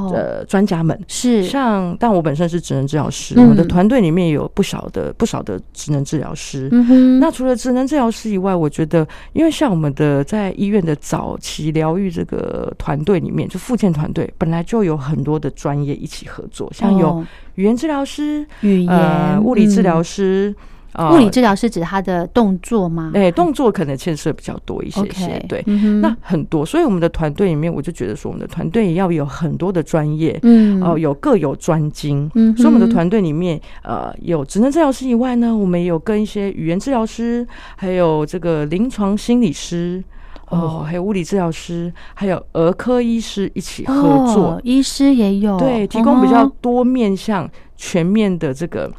[SPEAKER 6] 呃专家们。
[SPEAKER 5] 是
[SPEAKER 6] 像，但我本身是职能治疗师，
[SPEAKER 5] 嗯
[SPEAKER 6] 我的团队里面有不少的不少的职能治疗师。
[SPEAKER 5] 嗯哼，
[SPEAKER 6] 那除了职能治疗师以外，我觉得，因为像我们的在医院的早期疗愈这个团队里面，就复健团队本来就有很多的专业一起合作，像有
[SPEAKER 5] 哦
[SPEAKER 6] 语言治疗师、
[SPEAKER 5] 语言、
[SPEAKER 6] 呃、物理治疗
[SPEAKER 5] 嗯
[SPEAKER 6] 师、啊
[SPEAKER 5] 物理治疗是指他的动作吗？
[SPEAKER 6] 哎，动作可能牵涉比较多一些些
[SPEAKER 5] OK，
[SPEAKER 6] 对，
[SPEAKER 5] 嗯哼
[SPEAKER 6] 那很多，所以我们的团队里面，我就觉得说，我们的团队也要有很多的专业，
[SPEAKER 5] 嗯
[SPEAKER 6] 哦、有各有专精，
[SPEAKER 5] 嗯哼
[SPEAKER 6] 所以我们的团队里面，呃，有职能治疗师以外呢，我们也有跟一些语言治疗师，还有这个临床心理师，哦，还有物理治疗师，还有儿科医师一起合作，
[SPEAKER 5] 哦、医师也有
[SPEAKER 6] 对，提供比
[SPEAKER 5] 哦
[SPEAKER 6] 较多面向、全面的这个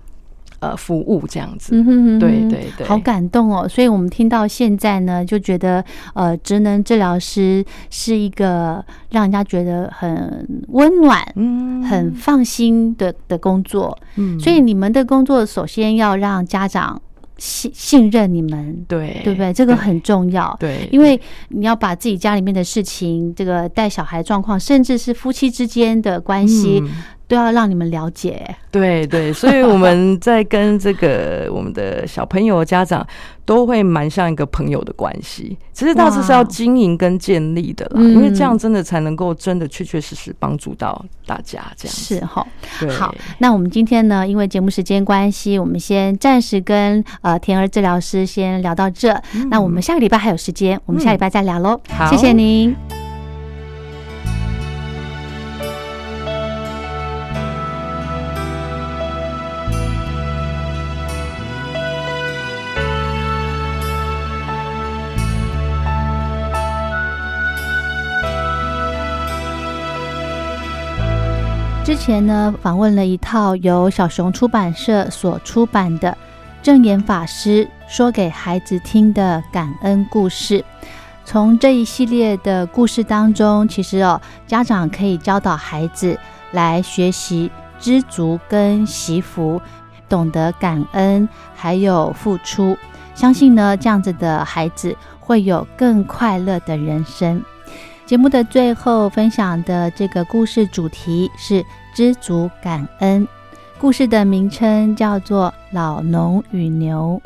[SPEAKER 6] 呃服务这样子，
[SPEAKER 5] 嗯哼哼哼
[SPEAKER 6] 对对对
[SPEAKER 5] 好感动哦！所以我们听到现在呢，就觉得呃，职能治疗师是一个让人家觉得很温暖、
[SPEAKER 6] 嗯
[SPEAKER 5] 很放心的的工作。
[SPEAKER 6] 嗯
[SPEAKER 5] 所以你们的工作首先要让家长信信任你们，
[SPEAKER 6] 对
[SPEAKER 5] 对不对？这个很重要。
[SPEAKER 6] 对，
[SPEAKER 5] 因为你要把自己家里面的事情，这个带小孩状况，甚至是夫妻之间的关系，
[SPEAKER 6] 嗯
[SPEAKER 5] 都要让你们了解。
[SPEAKER 6] 对对，所以
[SPEAKER 5] [LAUGHS]
[SPEAKER 6] 我们在跟这个我们的小朋友家长都会蛮像一个朋友的关系，其实到这是
[SPEAKER 5] 哇
[SPEAKER 6] 要经营跟建立的啦，
[SPEAKER 5] 嗯
[SPEAKER 6] 因为这样真的才能够真的确确实实帮助到大家这样子。
[SPEAKER 5] 是哈，
[SPEAKER 6] 对
[SPEAKER 5] 好，那我们今天呢，因为节目时间关系，我们先暂时跟呃田儿治疗师先聊到这。
[SPEAKER 6] 嗯
[SPEAKER 5] 那我们下个礼拜还有时间，我们下礼拜再聊喽。
[SPEAKER 6] 好
[SPEAKER 5] 谢谢您。之前呢，访问了一套由小熊出版社所出版的《正言法师说给孩子听的感恩故事》。从这一系列的故事当中，其实哦，家长可以教导孩子来学习知足跟惜福，懂得感恩，还有付出。相信呢，这样子的孩子会有更快乐的人生。节目的最后分享的这个故事主题是知足感恩，故事的名称叫做《老农与牛》。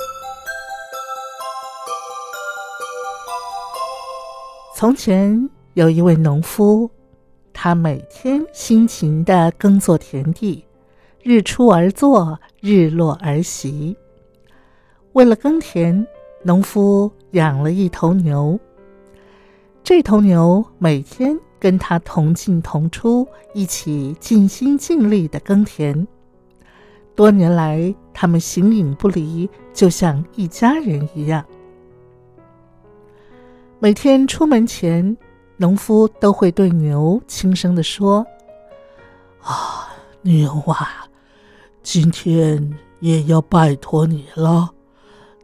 [SPEAKER 8] 从前有一位农夫，他每天辛勤地耕作田地，日出而作，日落而息。为了耕田，农夫养了一头牛。这头牛每天跟他同进同出，一起尽心尽力地耕田。多年来，他们形影不离，就像一家人一样。每天出门前，农夫都会对牛轻声地说：“啊，牛啊，今天也要拜托你了，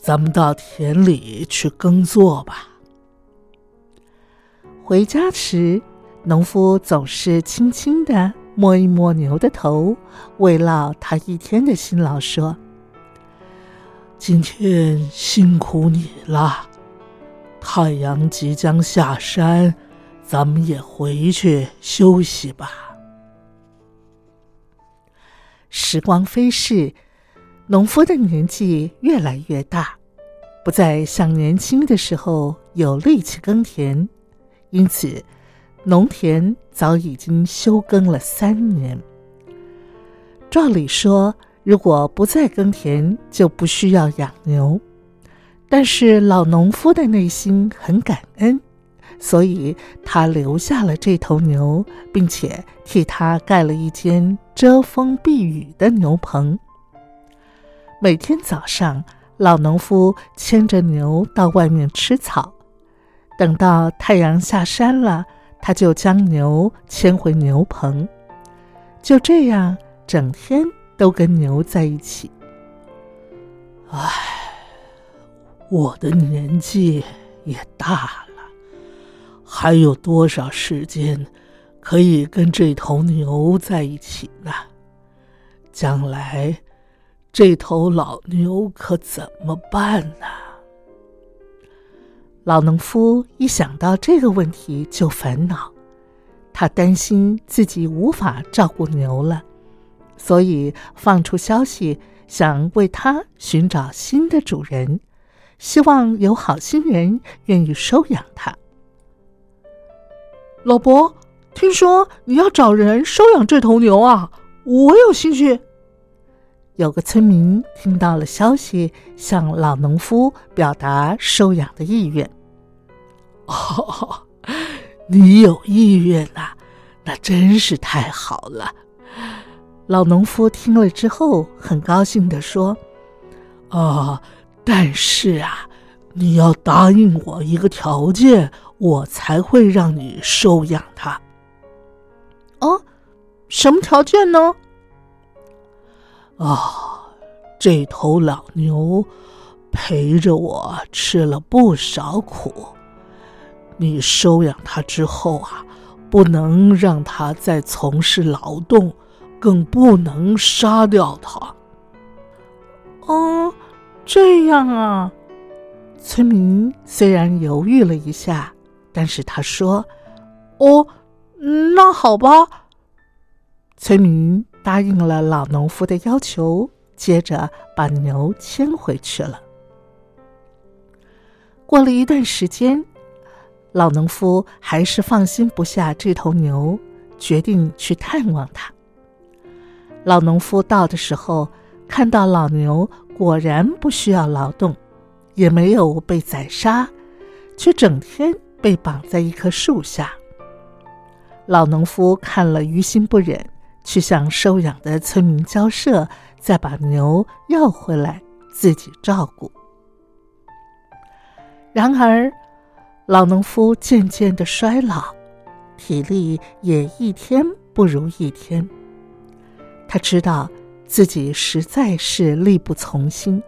[SPEAKER 8] 咱们到田里去耕作吧。”回家时，农夫总是轻轻地摸一摸牛的头，慰劳他一天的辛劳，说：“今天辛苦你了。”太阳即将下山，咱们也回去休息吧。时光飞逝，农夫的年纪越来越大，不再像年轻的时候有力气耕田，因此农田早已经休耕了三年。照理说，如果不再耕田，就不需要养牛。但是老农夫的内心很感恩，所以他留下了这头牛，并且替他盖了一间遮风避雨的牛棚。每天早上，老农夫牵着牛到外面吃草，等到太阳下山了，他就将牛牵回牛棚。就这样，整天都跟牛在一起。我的年纪也大了，还有多少时间可以跟这头牛在一起呢？将来这头老牛可怎么办呢？老农夫一想到这个问题就烦恼，他担心自己无法照顾牛了，所以放出消息，想为它寻找新的主人。希望有好心人愿意收养它。老伯，听说你要找人收养这头牛啊，我有兴趣。有个村民听到了消息，向老农夫表达收养的意愿。哦，你有意愿呐、那真是太好了。老农夫听了之后，很高兴地说：“哦，但是啊，你要答应我一个条件，我才会让你收养它。”哦，什么条件呢？啊，这头老牛陪着我吃了不少苦。你收养它之后啊，不能让它再从事劳动，更不能杀掉它。哦，这样啊。村民虽然犹豫了一下，但是他说：“哦，那好吧。”村民答应了老农夫的要求，接着把牛牵回去了。过了一段时间，老农夫还是放心不下这头牛，决定去探望它。老农夫到的时候，看到老牛果然不需要劳动，也没有被宰杀，却整天被绑在一棵树下。老农夫看了于心不忍，去向收养的村民交涉，再把牛要回来自己照顾。然而，老农夫渐渐的衰老，体力也一天不如一天。他知道自己实在是力不从心，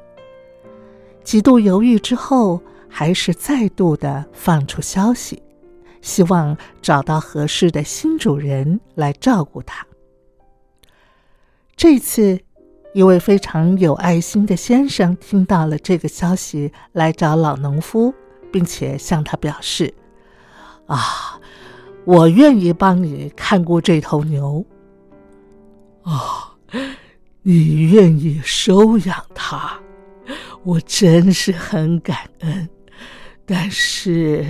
[SPEAKER 8] 几度犹豫之后，还是再度的放出消息。希望找到合适的新主人来照顾它。这次，一位非常有爱心的先生听到了这个消息，来找老农夫，并且向他表示：“啊，我愿意帮你看顾这头牛。啊，你愿意收养它，我真是很感恩。但是……”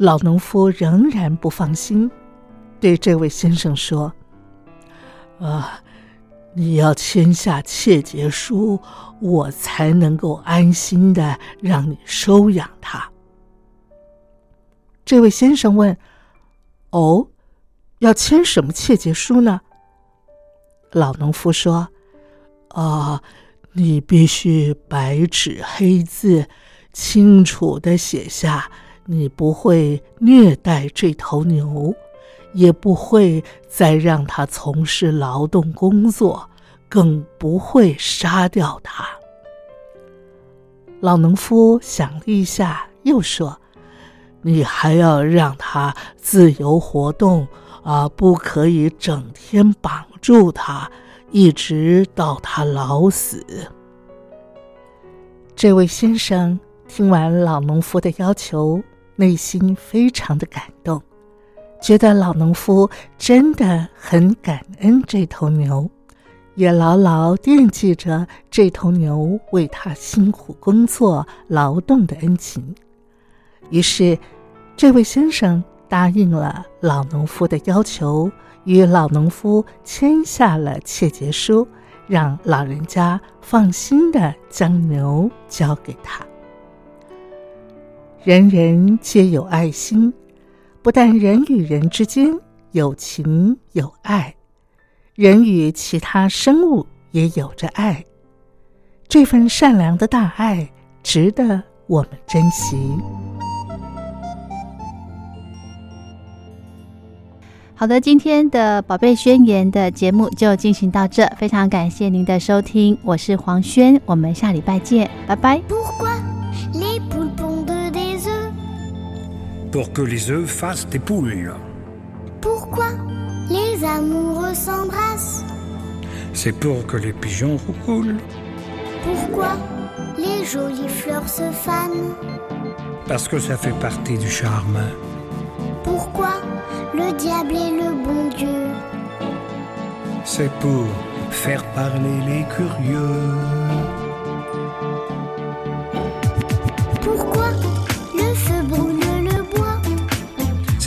[SPEAKER 8] 老农夫仍然不放心，对这位先生说：“啊，你要签下切结书，我才能够安心的让你收养它。”这位先生问：“哦，要签什么切结书呢？”老农夫说：“啊，你必须白纸黑字清楚的写下，你不会虐待这头牛，也不会再让它从事劳动工作，更不会杀掉它。老农夫想了一下，又说：“你还要让它自由活动啊，不可以整天绑住它，一直到它老死。”这位先生听完老农夫的要求，内心非常的感动，觉得老农夫真的很感恩这头牛，也牢牢惦记着这头牛为他辛苦工作劳动的恩情。于是，这位先生答应了老农夫的要求，与老农夫签下了切结书，让老人家放心的将牛交给他。人人皆有爱心，不但人与人之间有情有爱，人与其他生物也有着爱。这份善良的大爱，值得我们珍惜。
[SPEAKER 5] 好的，今天的《宝贝宣言》的节目就进行到这，非常感谢您的收听，我是黄轩，我们下礼拜见，拜拜。
[SPEAKER 1] Pourquoi les poules pondent des œufs
[SPEAKER 9] Pour que les œufs fassent des poules.
[SPEAKER 1] Pourquoi les amoureux s'embrassent
[SPEAKER 9] C'est pour que les pigeons roulent.
[SPEAKER 1] Pourquoi les jolies fleurs se fanent
[SPEAKER 9] Parce que ça fait partie du charme.
[SPEAKER 1] Pourquoi le diable est le bon Dieu
[SPEAKER 9] C'est pour faire parler les curieux.
[SPEAKER 1] Pourquoi le feu brûle le bois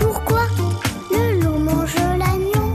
[SPEAKER 1] Pourquoi le loup mange l'agneau